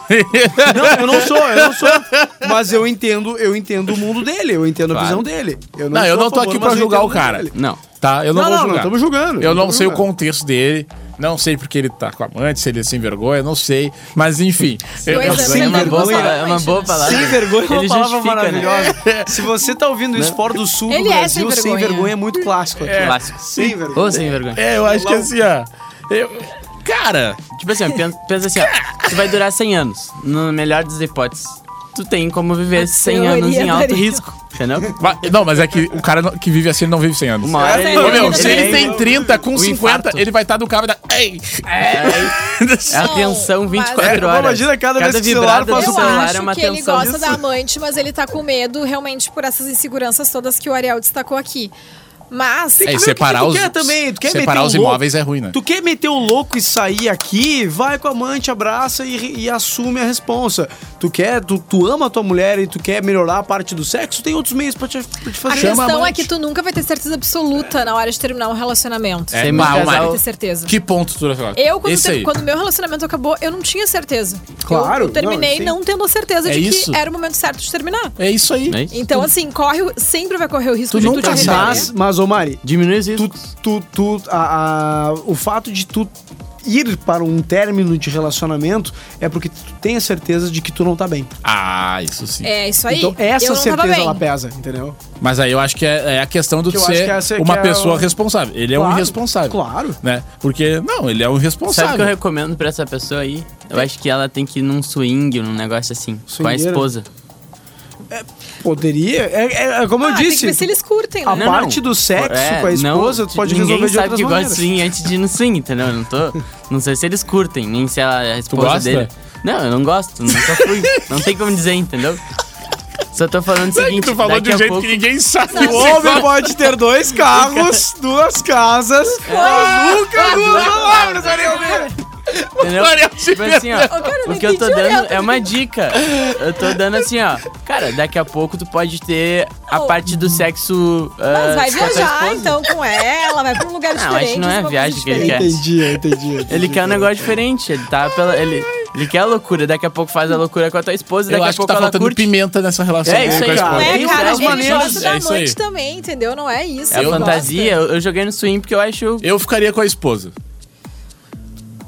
[SPEAKER 4] Não, eu não sou, eu não sou. Mas eu entendo, eu entendo o mundo dele, eu entendo a
[SPEAKER 3] Claro.
[SPEAKER 4] visão dele. Eu
[SPEAKER 1] Não, eu
[SPEAKER 4] sou a
[SPEAKER 1] não tô
[SPEAKER 4] favor,
[SPEAKER 1] aqui
[SPEAKER 4] mas
[SPEAKER 1] pra
[SPEAKER 4] eu
[SPEAKER 1] julgar
[SPEAKER 4] entendo
[SPEAKER 1] o cara.
[SPEAKER 4] mundo dele.
[SPEAKER 3] Não.
[SPEAKER 1] Tá, eu não, vou
[SPEAKER 4] Não, não,
[SPEAKER 1] julgar.
[SPEAKER 4] não estamos julgando,
[SPEAKER 1] Eu
[SPEAKER 4] não
[SPEAKER 1] não
[SPEAKER 4] estamos
[SPEAKER 1] sei o
[SPEAKER 4] julgando.
[SPEAKER 1] contexto dele. Não sei porque ele tá com a amante, se ele é sem vergonha, não sei. Mas enfim. Eu,
[SPEAKER 2] Pois
[SPEAKER 1] eu
[SPEAKER 2] é,
[SPEAKER 1] sei,
[SPEAKER 3] É uma
[SPEAKER 2] vergonha.
[SPEAKER 3] boa, pala-
[SPEAKER 2] Sem
[SPEAKER 3] é uma boa palavra.
[SPEAKER 4] Sem vergonha é uma
[SPEAKER 3] Ele
[SPEAKER 4] palavra
[SPEAKER 3] justifica, né?
[SPEAKER 4] maravilhosa. Se você tá ouvindo
[SPEAKER 1] Né?
[SPEAKER 4] isso fora do sul do
[SPEAKER 2] Ele é sem
[SPEAKER 4] Brasil, sem
[SPEAKER 2] vergonha.
[SPEAKER 4] vergonha é muito clássico aqui.
[SPEAKER 3] Clássico.
[SPEAKER 4] Sem vergonha.
[SPEAKER 3] Ou sem vergonha.
[SPEAKER 1] é, eu acho que assim, ó. eu- cara,
[SPEAKER 3] Tipo assim, ó, pen- pensa assim, ó. Tu vai durar 100 anos. No melhor das hipóteses. Tu tem como viver 100 anos em
[SPEAKER 2] teoria
[SPEAKER 3] alto
[SPEAKER 2] da-
[SPEAKER 3] risco. Entendeu?
[SPEAKER 1] vai- não, mas é que o cara não- que vive assim ele não vive 100 anos.
[SPEAKER 3] Uma hora ele.
[SPEAKER 2] Essa é a
[SPEAKER 1] Ô, meu,
[SPEAKER 2] Ele
[SPEAKER 1] se ele
[SPEAKER 2] é-
[SPEAKER 1] tem 30, com
[SPEAKER 3] o
[SPEAKER 1] 50,
[SPEAKER 3] infarto.
[SPEAKER 1] ele vai estar do carro e vai dar. Ei!
[SPEAKER 3] É atenção
[SPEAKER 2] Não,
[SPEAKER 3] 24
[SPEAKER 2] mas-
[SPEAKER 4] É,
[SPEAKER 3] horas.
[SPEAKER 4] imagina cada vez que o celular
[SPEAKER 3] vibrada
[SPEAKER 4] um
[SPEAKER 3] do
[SPEAKER 4] passa
[SPEAKER 2] Eu
[SPEAKER 4] Mas o celular
[SPEAKER 3] é
[SPEAKER 2] acho
[SPEAKER 3] uma
[SPEAKER 2] que ele
[SPEAKER 3] atenção.
[SPEAKER 2] gosta da amante, mas ele tá com medo realmente por essas inseguranças todas que o Ariel destacou aqui. Mas.
[SPEAKER 1] É,
[SPEAKER 4] Vê o que
[SPEAKER 1] separar
[SPEAKER 4] tu
[SPEAKER 1] os-
[SPEAKER 4] quer também, tu quer
[SPEAKER 1] separar
[SPEAKER 4] meter o
[SPEAKER 1] os
[SPEAKER 4] louco?
[SPEAKER 1] imóveis é ruim, né?
[SPEAKER 4] Tu quer meter o louco e sair aqui, vai com a amante, abraça e, e assume a responsa. Tu quer, tu, tu ama a tua mulher e tu quer melhorar a parte do sexo, tem outros meios pra te, pra te
[SPEAKER 2] A
[SPEAKER 4] fazer.
[SPEAKER 1] Chama
[SPEAKER 2] questão é
[SPEAKER 1] amante.
[SPEAKER 2] que tu nunca vai ter certeza absoluta na hora de terminar um relacionamento.
[SPEAKER 1] É,
[SPEAKER 3] Sem
[SPEAKER 1] bah,
[SPEAKER 3] um casal-
[SPEAKER 1] o Mário.
[SPEAKER 2] Vai ter certeza.
[SPEAKER 1] Que ponto tu vai
[SPEAKER 2] Eu, quando,
[SPEAKER 1] Esse
[SPEAKER 2] ter-
[SPEAKER 1] aí.
[SPEAKER 2] quando meu relacionamento acabou, eu não tinha certeza.
[SPEAKER 4] Claro,
[SPEAKER 2] Eu, eu terminei
[SPEAKER 4] não, sim.
[SPEAKER 2] não, tendo a certeza
[SPEAKER 1] É
[SPEAKER 2] de
[SPEAKER 1] isso.
[SPEAKER 2] que era o momento certo de terminar.
[SPEAKER 1] É isso aí.
[SPEAKER 3] É isso.
[SPEAKER 2] Então, assim, corre, o- sempre vai correr o risco
[SPEAKER 1] Tu
[SPEAKER 2] de tu te
[SPEAKER 1] nunca
[SPEAKER 2] arrepender.
[SPEAKER 1] sabe.
[SPEAKER 4] Mas, mas, ô Mari,
[SPEAKER 3] Diminui os
[SPEAKER 4] tu,
[SPEAKER 3] riscos.
[SPEAKER 4] tu, tu, a- a- o fato de tu ir para um término de relacionamento é porque tu tem a certeza de que tu não tá bem.
[SPEAKER 1] Ah, isso sim.
[SPEAKER 2] É isso aí.
[SPEAKER 4] Então
[SPEAKER 2] eu
[SPEAKER 4] essa
[SPEAKER 2] não tava
[SPEAKER 4] certeza
[SPEAKER 2] bem.
[SPEAKER 4] ela pesa, entendeu?
[SPEAKER 1] Mas aí eu acho que é, é a questão do
[SPEAKER 4] Que eu acho
[SPEAKER 1] ser
[SPEAKER 4] que essa é-
[SPEAKER 1] uma
[SPEAKER 4] que é
[SPEAKER 1] pessoa
[SPEAKER 4] o-
[SPEAKER 1] responsável. Ele é um
[SPEAKER 4] Claro,
[SPEAKER 1] irresponsável.
[SPEAKER 4] claro.
[SPEAKER 1] Né? Porque, não, ele é um
[SPEAKER 3] Sabe o que eu
[SPEAKER 1] irresponsável.
[SPEAKER 3] recomendo pra essa pessoa aí? Eu acho que ela tem que ir num swing, num negócio assim, com a
[SPEAKER 4] Swingueira?
[SPEAKER 3] esposa.
[SPEAKER 4] Poderia. É, é- é como
[SPEAKER 2] Ah,
[SPEAKER 4] eu
[SPEAKER 2] tem que ver
[SPEAKER 4] disse.
[SPEAKER 2] se eles curtem,
[SPEAKER 4] A
[SPEAKER 2] né?
[SPEAKER 3] Não, É, tipo,
[SPEAKER 4] parte do sexo com a esposa, tu pode
[SPEAKER 3] ninguém
[SPEAKER 4] resolver de
[SPEAKER 3] sabe
[SPEAKER 4] outras
[SPEAKER 3] que gosta
[SPEAKER 4] maneiras.
[SPEAKER 3] de swing antes de ir no swing, entendeu? Eu não tô. Não sei se eles curtem, nem se a, a esposa
[SPEAKER 1] gosta?
[SPEAKER 3] dele. Não, eu não gosto, nunca fui. não tem como dizer, entendeu? Só tô falando o
[SPEAKER 1] É
[SPEAKER 3] seguinte,
[SPEAKER 1] que tu falou
[SPEAKER 3] daqui
[SPEAKER 1] de um
[SPEAKER 3] a
[SPEAKER 1] jeito
[SPEAKER 3] pouco,
[SPEAKER 1] que ninguém sabe.
[SPEAKER 4] O homem pode ter dois carros, duas casas, mas nunca duas palavras, Ariel Neira.
[SPEAKER 3] entendeu?
[SPEAKER 1] Ariel se
[SPEAKER 3] Tipo assim, ó,
[SPEAKER 2] Eu quero
[SPEAKER 3] o que eu tô
[SPEAKER 2] decidir, Ariel,
[SPEAKER 3] dando
[SPEAKER 2] tá
[SPEAKER 3] é uma dica. Eu tô dando assim, ó. Cara, daqui a pouco tu pode ter a
[SPEAKER 2] Oh.
[SPEAKER 3] parte do sexo.
[SPEAKER 2] Mas
[SPEAKER 3] ah,
[SPEAKER 2] vai
[SPEAKER 3] com a tua
[SPEAKER 2] viajar,
[SPEAKER 3] esposa.
[SPEAKER 2] então, com ela, vai pra um lugar
[SPEAKER 3] Não,
[SPEAKER 2] diferente.
[SPEAKER 3] acho que não é
[SPEAKER 2] uma coisa
[SPEAKER 3] viagem que ele
[SPEAKER 2] diferente.
[SPEAKER 3] quer.
[SPEAKER 4] Entendi, eu entendi. eu entendi.
[SPEAKER 3] Ele quer um negócio diferente, ele tá pela. Ele, ele quer a loucura, daqui a pouco faz a loucura com a tua esposa,
[SPEAKER 1] Eu
[SPEAKER 3] daqui a
[SPEAKER 1] acho que
[SPEAKER 3] pouco
[SPEAKER 1] tá
[SPEAKER 3] ela
[SPEAKER 1] faltando
[SPEAKER 3] curte.
[SPEAKER 1] pimenta nessa relação.
[SPEAKER 3] É isso
[SPEAKER 1] com a
[SPEAKER 3] aí,
[SPEAKER 1] esposa.
[SPEAKER 4] cara.
[SPEAKER 2] É,
[SPEAKER 4] Tem
[SPEAKER 2] cara,
[SPEAKER 4] várias
[SPEAKER 2] ele
[SPEAKER 4] maneiras.
[SPEAKER 2] gosta da
[SPEAKER 1] É isso aí.
[SPEAKER 2] amante também, entendeu? Não é isso.
[SPEAKER 3] É a
[SPEAKER 2] ele gosta.
[SPEAKER 3] fantasia, eu, eu joguei no swing porque eu acho.
[SPEAKER 1] Eu ficaria com a esposa.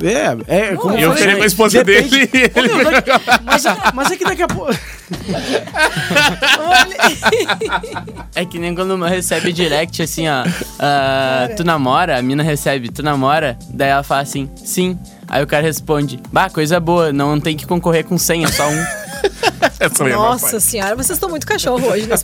[SPEAKER 4] É, é como
[SPEAKER 1] Eu
[SPEAKER 2] Eu
[SPEAKER 4] falei,
[SPEAKER 1] ficaria com a esposa
[SPEAKER 4] depende-
[SPEAKER 1] dele.
[SPEAKER 4] Ô, meu, vai- Mas, é- mas é que daqui a pouco.
[SPEAKER 3] É que nem quando recebe direct assim, ó. ah, tu namora, a mina recebe, tu namora, daí ela fala assim, sim. Aí o cara responde, bah, coisa boa, não tem que concorrer com 100, é só um.
[SPEAKER 1] Essa aí é uma
[SPEAKER 2] Nossa senhora, vocês estão muito cachorro hoje nesse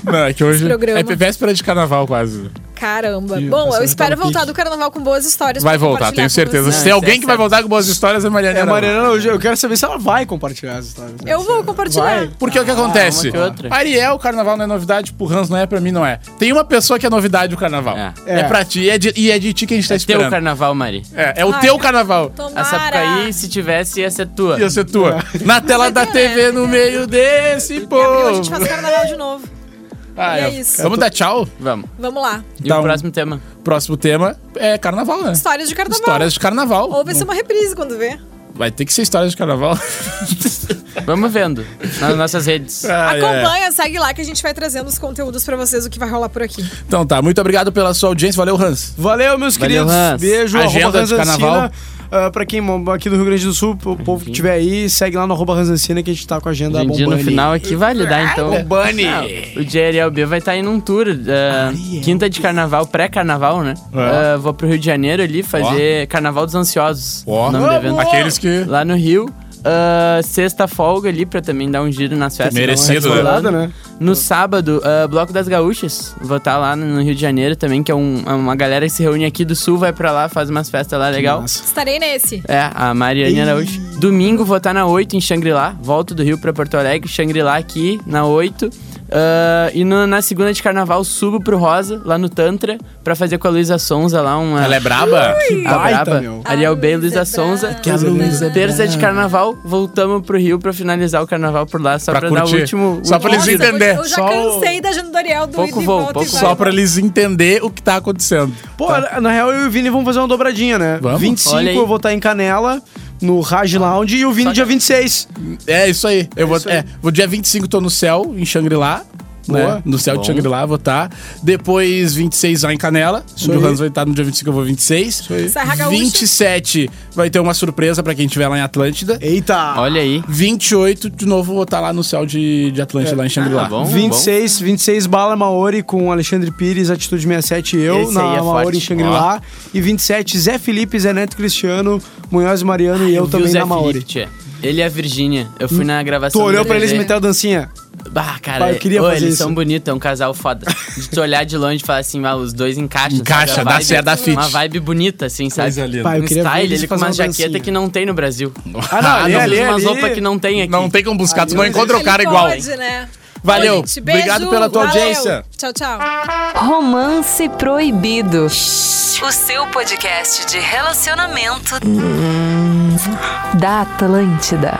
[SPEAKER 1] parte. Não, é que hoje
[SPEAKER 2] Esse programa.
[SPEAKER 1] é véspera de carnaval quase.
[SPEAKER 2] Caramba.
[SPEAKER 1] Ih,
[SPEAKER 2] Bom,
[SPEAKER 1] essa
[SPEAKER 2] eu
[SPEAKER 1] vai
[SPEAKER 2] espero
[SPEAKER 1] dar um
[SPEAKER 2] voltar do carnaval com boas histórias.
[SPEAKER 1] Vai
[SPEAKER 2] pra
[SPEAKER 1] voltar,
[SPEAKER 2] compartilhar
[SPEAKER 1] tenho
[SPEAKER 2] com
[SPEAKER 1] certeza.
[SPEAKER 2] vocês.
[SPEAKER 1] Se tem
[SPEAKER 3] Não,
[SPEAKER 1] alguém
[SPEAKER 3] isso é
[SPEAKER 1] que vai
[SPEAKER 3] certo.
[SPEAKER 1] voltar com boas histórias é Mariana.
[SPEAKER 4] É,
[SPEAKER 1] Araújo.
[SPEAKER 4] Mariana, eu, eu quero saber se ela vai compartilhar as histórias.
[SPEAKER 2] Eu vou compartilhar.
[SPEAKER 4] Vai.
[SPEAKER 1] Porque o que acontece?
[SPEAKER 3] uma que outra.
[SPEAKER 1] Ariel, carnaval não é novidade, pro Hans não é, pra mim não é. Tem uma pessoa que é novidade o carnaval. É,
[SPEAKER 3] É.
[SPEAKER 1] pra ti, e é de, e é de ti que a gente tá
[SPEAKER 3] Teu
[SPEAKER 1] esperando.
[SPEAKER 3] carnaval, Mari. Ah,
[SPEAKER 1] É, é o
[SPEAKER 2] Ai,
[SPEAKER 1] teu carnaval.
[SPEAKER 2] Tomara.
[SPEAKER 3] A Sapucaí, se tivesse, ia ser tua.
[SPEAKER 1] Ia ser tua. Na tela da
[SPEAKER 2] ter,
[SPEAKER 1] TV, no meio desse
[SPEAKER 2] Em
[SPEAKER 3] oh.
[SPEAKER 2] abril a
[SPEAKER 1] povo.
[SPEAKER 2] gente faz carnaval de novo.
[SPEAKER 1] Ah,
[SPEAKER 2] e é
[SPEAKER 1] é.
[SPEAKER 2] isso.
[SPEAKER 1] Vamos dar tchau?
[SPEAKER 3] Vamos.
[SPEAKER 2] Vamos lá.
[SPEAKER 3] E
[SPEAKER 1] Dá
[SPEAKER 3] o
[SPEAKER 1] um-
[SPEAKER 3] próximo tema?
[SPEAKER 1] Próximo tema é carnaval, né?
[SPEAKER 2] Histórias de carnaval.
[SPEAKER 1] Histórias de carnaval.
[SPEAKER 2] Ou vai ser uma reprise quando vê.
[SPEAKER 1] Vai ter que ser histórias de carnaval.
[SPEAKER 3] Vamos vendo. Nas nossas redes.
[SPEAKER 1] Ah, é.
[SPEAKER 2] Acompanha, segue lá que a gente vai trazendo os conteúdos pra vocês, o que vai rolar por aqui.
[SPEAKER 1] Então tá, muito obrigado pela sua audiência. Valeu, Hans.
[SPEAKER 4] Valeu, meus
[SPEAKER 3] Valeu,
[SPEAKER 4] queridos.
[SPEAKER 3] Hans.
[SPEAKER 4] Beijo,
[SPEAKER 1] Agenda
[SPEAKER 4] arroba Hans
[SPEAKER 1] de carnaval.
[SPEAKER 4] Ancina. Ah, pra quem mo- aqui do Rio Grande do Sul, o povo que tiver aí, segue lá no arroba Hans Ancina que a gente tá com a agenda
[SPEAKER 3] Hoje em dia,
[SPEAKER 4] bombando.
[SPEAKER 3] no
[SPEAKER 4] aí.
[SPEAKER 3] final aqui vai lidar, então.
[SPEAKER 1] O Bunny.
[SPEAKER 3] Não, o Jeriel B vai estar indo um tour. ah, quinta de carnaval, pré-carnaval, né?
[SPEAKER 1] É.
[SPEAKER 3] Ah, vou pro Rio de Janeiro ali fazer Carnaval dos Ansiosos.
[SPEAKER 1] Ó,
[SPEAKER 3] o nome do evento.
[SPEAKER 1] aqueles que.
[SPEAKER 3] Lá no Rio. Ah, sexta folga ali pra também dar um giro nas festas.
[SPEAKER 1] Merecido,
[SPEAKER 3] Então,
[SPEAKER 1] né?
[SPEAKER 3] rolando.
[SPEAKER 4] Né?
[SPEAKER 3] No sábado, ah, Bloco das Gaúchas. Vou estar lá no Rio de Janeiro também, que é um- é uma galera que se reúne aqui do sul, vai pra lá, faz umas festas lá legal.
[SPEAKER 4] Massa.
[SPEAKER 2] Estarei nesse.
[SPEAKER 3] É, a Mariane Araújo. tá Domingo vou estar na 8 em Xangri-Lá. Volto do Rio pra Porto Alegre. Xangri-Lá aqui na 8. Ah, e no- na segunda de carnaval, subo pro Rosa, lá no Tantra, pra fazer com a Luísa Sonza lá uma.
[SPEAKER 1] Ela é braba?
[SPEAKER 3] a
[SPEAKER 4] Baita,
[SPEAKER 3] braba.
[SPEAKER 4] meu.
[SPEAKER 3] Ariel Bey,
[SPEAKER 5] Luísa
[SPEAKER 3] Luísa
[SPEAKER 5] é
[SPEAKER 3] Sonza.
[SPEAKER 5] braba. Que
[SPEAKER 1] a Luísa é
[SPEAKER 3] Terça de carnaval, voltamos pro Rio pra finalizar o carnaval por lá, só
[SPEAKER 1] Pra
[SPEAKER 3] pra, dar o
[SPEAKER 1] curtir.
[SPEAKER 3] último.
[SPEAKER 1] Só pra
[SPEAKER 3] último-
[SPEAKER 1] eles
[SPEAKER 2] Nossa,
[SPEAKER 1] entender.
[SPEAKER 2] Eu já
[SPEAKER 1] né? Só o-
[SPEAKER 2] cansei da agenda do Ariel do
[SPEAKER 3] Pouco
[SPEAKER 2] ida e
[SPEAKER 3] voo,
[SPEAKER 2] volta e
[SPEAKER 3] pouco
[SPEAKER 2] vai
[SPEAKER 1] Só pra
[SPEAKER 2] e volta.
[SPEAKER 1] eles entender o que tá acontecendo.
[SPEAKER 4] Pô, na real, eu e o Vini vamos fazer uma dobradinha, né?
[SPEAKER 1] Vamos.
[SPEAKER 4] 25
[SPEAKER 3] tá. Olha aí. Tá.
[SPEAKER 4] eu vou estar em Canela, no Raj Lounge, e o Vini dia 26.
[SPEAKER 1] É isso aí. Eu vou,
[SPEAKER 4] isso aí.
[SPEAKER 1] é, vou dia 25 tô no céu, em Xangri-Lá.
[SPEAKER 4] Boa.
[SPEAKER 1] Né? No céu de Xangri-Lá, vou estar. Depois, 26 lá em Canela. onde o
[SPEAKER 4] aí.
[SPEAKER 1] Hans vai estar no dia 25, eu vou 26. Isso aí.
[SPEAKER 2] Serra Gaúcha.
[SPEAKER 1] 27 vai ter uma surpresa pra quem estiver lá em Atlântida.
[SPEAKER 4] Eita!
[SPEAKER 3] Olha aí.
[SPEAKER 1] 28, de novo, vou estar lá no céu de, de Atlântida, lá em Xangri-Lá.
[SPEAKER 3] Ah, bom.
[SPEAKER 4] 26, 26 Bala Maori com Alexandre Pires, Atitude 67 e eu,
[SPEAKER 3] Esse
[SPEAKER 4] na
[SPEAKER 3] aí é
[SPEAKER 4] Maori
[SPEAKER 3] forte.
[SPEAKER 4] em Xangri-Lá. E 27, Zé Felipe, Zé Neto Cristiano, Munhoz e Mariano e eu,
[SPEAKER 3] Ah, vi o
[SPEAKER 4] também
[SPEAKER 3] Zé
[SPEAKER 4] na Maori. Hum.
[SPEAKER 3] Felipe, é- tchê. Ele e a Virgínia. Eu fui na gravação.
[SPEAKER 4] Tu olhou
[SPEAKER 3] do
[SPEAKER 4] pra eles e
[SPEAKER 3] DVD.
[SPEAKER 4] meteu a dancinha?
[SPEAKER 3] Bah, cara,
[SPEAKER 4] Bah, eu queria
[SPEAKER 3] ô,
[SPEAKER 4] fazer
[SPEAKER 3] eles
[SPEAKER 4] isso.
[SPEAKER 3] são bonitos, é um casal foda. De tu olhar de longe e falar assim, ah, os dois encaixam.
[SPEAKER 1] Encaixa,
[SPEAKER 3] sabe? A
[SPEAKER 1] dá
[SPEAKER 3] vibe-
[SPEAKER 1] certo, dá fit.
[SPEAKER 3] Uma vibe bonita, assim, sabe?
[SPEAKER 1] Coisa linda.
[SPEAKER 4] Pai, eu
[SPEAKER 3] um
[SPEAKER 4] queria ver
[SPEAKER 3] style,
[SPEAKER 4] eles
[SPEAKER 3] ele com
[SPEAKER 4] fazer
[SPEAKER 3] umas
[SPEAKER 4] uma
[SPEAKER 3] jaquetas
[SPEAKER 4] dancinha.
[SPEAKER 3] que não tem no Brasil.
[SPEAKER 4] Ah, não, ali,
[SPEAKER 3] não, é,
[SPEAKER 4] ali,
[SPEAKER 3] umas
[SPEAKER 4] ali.
[SPEAKER 3] roupas que não tem aqui.
[SPEAKER 1] Não tem como buscar, tu não
[SPEAKER 4] Ai,
[SPEAKER 1] encontra o
[SPEAKER 2] Ele
[SPEAKER 1] cara igual.
[SPEAKER 2] pode, né?
[SPEAKER 1] Valeu,
[SPEAKER 2] Bom, gente, beijo,
[SPEAKER 1] obrigado pela tua
[SPEAKER 2] valeu.
[SPEAKER 1] audiência.
[SPEAKER 2] Tchau, tchau.
[SPEAKER 6] Romance Proibido. O seu podcast de relacionamento da Atlântida.